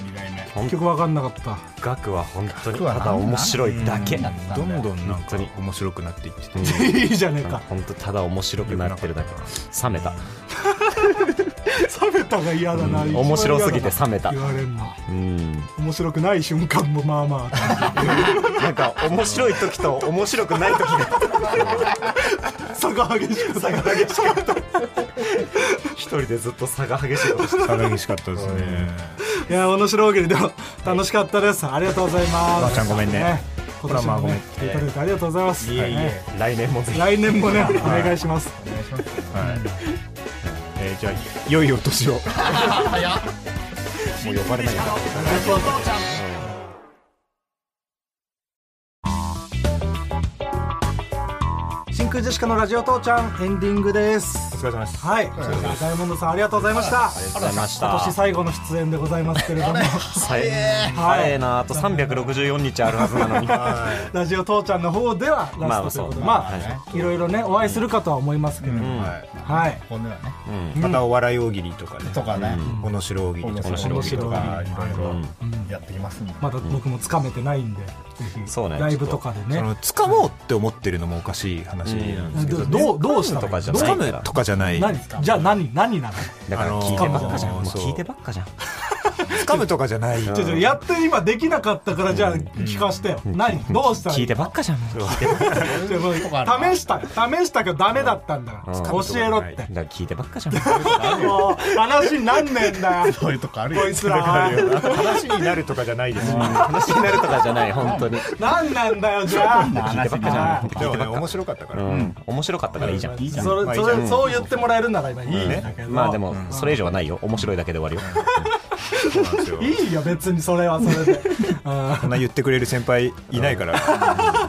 Speaker 6: 2代目。
Speaker 3: 結局わかんなかった。
Speaker 4: 学は本当にただ面白いだけ
Speaker 6: 何だった
Speaker 2: ど
Speaker 6: んだ
Speaker 2: ん
Speaker 6: よ
Speaker 2: どんなん
Speaker 4: 本当
Speaker 2: か
Speaker 4: に
Speaker 2: 面白くなっていってて
Speaker 3: いいじゃねえか。
Speaker 4: 本当ただ面白くなってるだけ冷めた
Speaker 3: 冷めたが嫌だな。
Speaker 4: うん
Speaker 3: 一番
Speaker 4: 面白すぎて冷めた
Speaker 3: 嫌だな言われんな。
Speaker 4: うん
Speaker 3: 面白くない瞬間もまあまあ。
Speaker 4: なんか面白い時 と面白くない時が
Speaker 3: 差が激しく差が激しかった。い
Speaker 4: 一人でずっと差が激しいことして
Speaker 2: 騒ぎしかったですね
Speaker 3: や、面白いけれど、楽しかったです。ありがとうございます。
Speaker 2: ばあちゃんごめんね。
Speaker 3: 今年もね、来ていただいてありがとうございます。
Speaker 4: いえい
Speaker 3: ね
Speaker 4: え来年もぜひ
Speaker 3: 来年もね、お願いします。
Speaker 2: えーじゃあ良いお年を
Speaker 4: もう呼ばれないから
Speaker 3: 真空ジェシカのラジオ父ちゃんエンディングです
Speaker 2: お疲れ様です
Speaker 3: はいダイモンドさんありがとうございました
Speaker 4: ありがとうございました
Speaker 3: 今年最後の出演でございますけ れども
Speaker 4: 早え早えなあと364日あるはずなのに
Speaker 3: ラジオ父ちゃんの方では
Speaker 4: まあ
Speaker 3: ラストということで
Speaker 4: まあ
Speaker 3: まあいろいろねお会いするかとは思いますけれどもはい
Speaker 6: こんなのね。
Speaker 2: またお笑い大喜利とかね
Speaker 6: とかね、
Speaker 2: 面白大喜利とか
Speaker 4: 面白いけど
Speaker 6: とか、いろいろやってきますね。
Speaker 3: まだ僕もつかめてないんでぜひ
Speaker 4: そうね
Speaker 3: ライブとかで
Speaker 2: そ
Speaker 3: ね
Speaker 2: の掴もうって思ってるのもおかしい話なんですけど
Speaker 3: どどうどうした
Speaker 4: とかじゃ
Speaker 3: どう
Speaker 4: な
Speaker 2: 掴
Speaker 4: いから
Speaker 2: むとかじゃない
Speaker 3: 何じゃあ何何なの
Speaker 4: だから聞いてばっかじゃんもう聞いてばっかじゃん
Speaker 2: 掴むとかじゃない
Speaker 3: ちょちょやって今できなかったからじゃあ聞かしてよ何どうしたら
Speaker 4: 聞いてばっかじゃんもう聞いてばっか
Speaker 3: じゃあもう試した試したけどダメだったんだから教えろって
Speaker 4: だから聞いてばっかじゃんもう
Speaker 3: もう話になんねえんだよ
Speaker 6: そういうとこあるよ
Speaker 3: こい。つら
Speaker 2: 話になるとかじゃないですよ
Speaker 4: 話になるとかじゃない本当に聞い
Speaker 3: 何なんだよじゃ
Speaker 4: てば
Speaker 3: あ
Speaker 4: っかじゃん
Speaker 2: でもね面白かったから
Speaker 4: うん面白かったからいいじゃん
Speaker 3: それそれそう言ってもらえるなら今いいんだけど
Speaker 4: まあでもそれ以上はないよ面白いだけで終わるよ
Speaker 2: そうなんですよ
Speaker 3: いいよ別にそれはそれでは
Speaker 2: こんな言ってくれる先輩いないから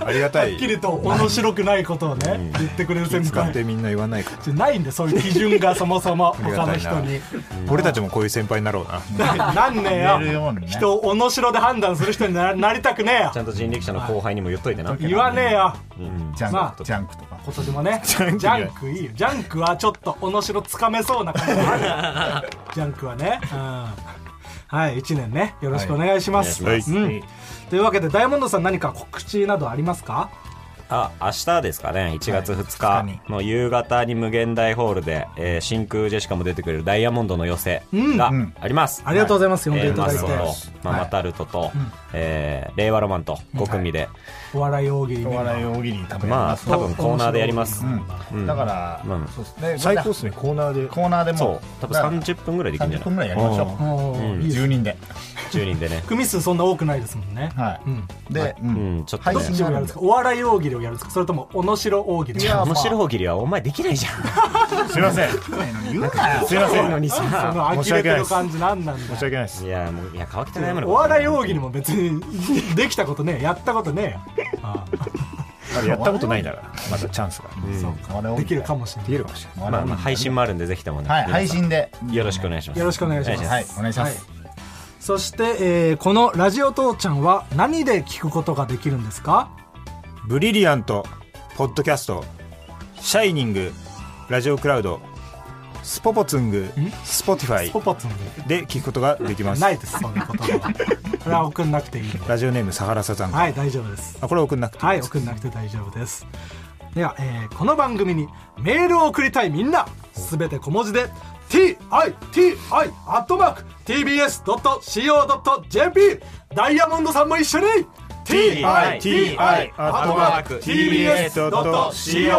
Speaker 2: ありがたい
Speaker 3: っきりと面白くないことをね言ってくれる先
Speaker 2: 使っ
Speaker 3: 輩
Speaker 2: てみんな言わないから
Speaker 3: じゃないんでそういう基準がそもそも
Speaker 2: りが
Speaker 3: 他
Speaker 2: た
Speaker 3: の
Speaker 2: いな
Speaker 3: 人に
Speaker 2: 俺たちもこういう先輩になろうな
Speaker 3: なんね
Speaker 6: 言え
Speaker 3: え
Speaker 6: るよ
Speaker 3: よ
Speaker 6: うにね
Speaker 3: 人をおのしろで判断する人にななりたくねえよ
Speaker 4: ち ゃんと人力車の後輩にも言っといてな
Speaker 3: 言わねえよ
Speaker 6: ジャンク、
Speaker 3: まあ
Speaker 6: ジャンクとか。
Speaker 3: 今年もねジャンクいいよジャンクはちょっとおのしろつかめそうな感じがあるジャンクはね、うん、はい1年ねよろしくお願いします,、
Speaker 4: はいお願い
Speaker 2: し
Speaker 3: うん、というわけでダイヤモンドさん何か告知などありますか
Speaker 4: あ明日ですかね1月
Speaker 6: はい
Speaker 4: 2
Speaker 6: 2
Speaker 4: 日の夕方に無限大ホールで、えー真空ジェシカも出てくれるダイヤモンドの寄せがあります、
Speaker 3: ありがとうございます、
Speaker 4: え
Speaker 3: 読
Speaker 4: ー
Speaker 3: んでいた
Speaker 4: マ
Speaker 3: だい
Speaker 4: ス
Speaker 3: て、
Speaker 4: オとママタルトと、えー令和ロマンと5組で、
Speaker 3: お笑い大喜利
Speaker 6: お
Speaker 3: ね
Speaker 6: 笑い大喜利多分やり
Speaker 4: まあ
Speaker 6: ます
Speaker 4: 多分コーナーでやります、
Speaker 6: うんだから、
Speaker 4: うん
Speaker 6: そうですね。
Speaker 2: 最高っすねコーナーで
Speaker 6: コーナーでも。
Speaker 4: そう多分30分ぐらいできるんじゃ
Speaker 6: 30分ぐ
Speaker 4: な
Speaker 6: ら
Speaker 4: い
Speaker 6: いやりましょ
Speaker 2: う
Speaker 6: う。
Speaker 3: おーいいです
Speaker 6: 10人で。
Speaker 4: 10人でね
Speaker 3: 組数そんな多くないですもんね、
Speaker 6: はい。で、う
Speaker 4: うんちょっと
Speaker 6: 配
Speaker 4: ね
Speaker 6: 信
Speaker 3: どっちを
Speaker 6: があ
Speaker 3: や
Speaker 6: る
Speaker 3: る
Speaker 6: ん
Speaker 3: んです
Speaker 6: で
Speaker 3: かお笑い大喜利をやるんですかそれともおのしろ大喜利
Speaker 6: いや
Speaker 4: 面白い大喜利はお前できないじゃ
Speaker 2: すいません申
Speaker 6: 言うなよ。
Speaker 2: すいません
Speaker 4: んのに
Speaker 3: そ
Speaker 4: さ
Speaker 3: の呆れて
Speaker 2: 申し訳な
Speaker 3: る
Speaker 2: い
Speaker 3: 感じなんなんだ
Speaker 2: し訳ないです
Speaker 4: いやもういや川北大山の
Speaker 3: お笑い大喜利も別にできたことねえやったことねえよ
Speaker 2: まだやったことないならまだチャンスが
Speaker 3: そうか
Speaker 6: あれを
Speaker 3: できるかもしれない
Speaker 2: できるかもしれない
Speaker 4: まあまあ配信もあるんでぜひともね
Speaker 6: はい
Speaker 4: 皆
Speaker 6: 配
Speaker 4: さん
Speaker 6: 信で
Speaker 4: よろしくお願いします
Speaker 3: よろしくお願いします
Speaker 6: はいお願いします
Speaker 3: はいそして、えーこの「ラジオ父ちゃん」は何で聞くことができるんですか
Speaker 2: ブリリアントポッドキャストシャイニングラジオクラウドスポポツングスポティフ
Speaker 3: ポ
Speaker 2: ァ
Speaker 3: ポツン
Speaker 2: イで聞くことができます
Speaker 3: ないですそんなことはこれは送んなくていいんで
Speaker 2: ラジオネームサハラサザンカ
Speaker 3: はい大丈夫です
Speaker 2: あこれ送んなくていい
Speaker 3: はい
Speaker 2: です
Speaker 3: 送んなくて大丈夫ですでは、えーこの番組にメールを送りたいみんなすべて小文字で TITI.tbs.co.jp ダイヤモンドさんも一緒に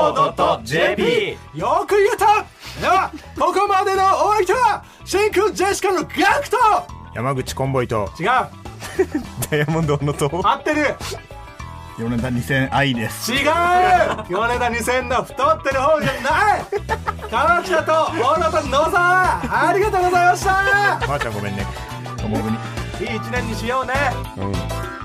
Speaker 2: TITI@tbs.co.jp
Speaker 3: よく言えたではここまでのお相手は真空ジェシカのガクト
Speaker 2: 山口コンボイと
Speaker 3: 違う
Speaker 2: ダイヤモンドの と
Speaker 3: 合ってる
Speaker 6: 米田2000愛です
Speaker 3: 違う米田2000の太ってる方じゃない川北と大野さん野沢ありがとうございました
Speaker 2: まーちゃんごめんね
Speaker 6: 共に
Speaker 3: いい一年にしようね
Speaker 4: うん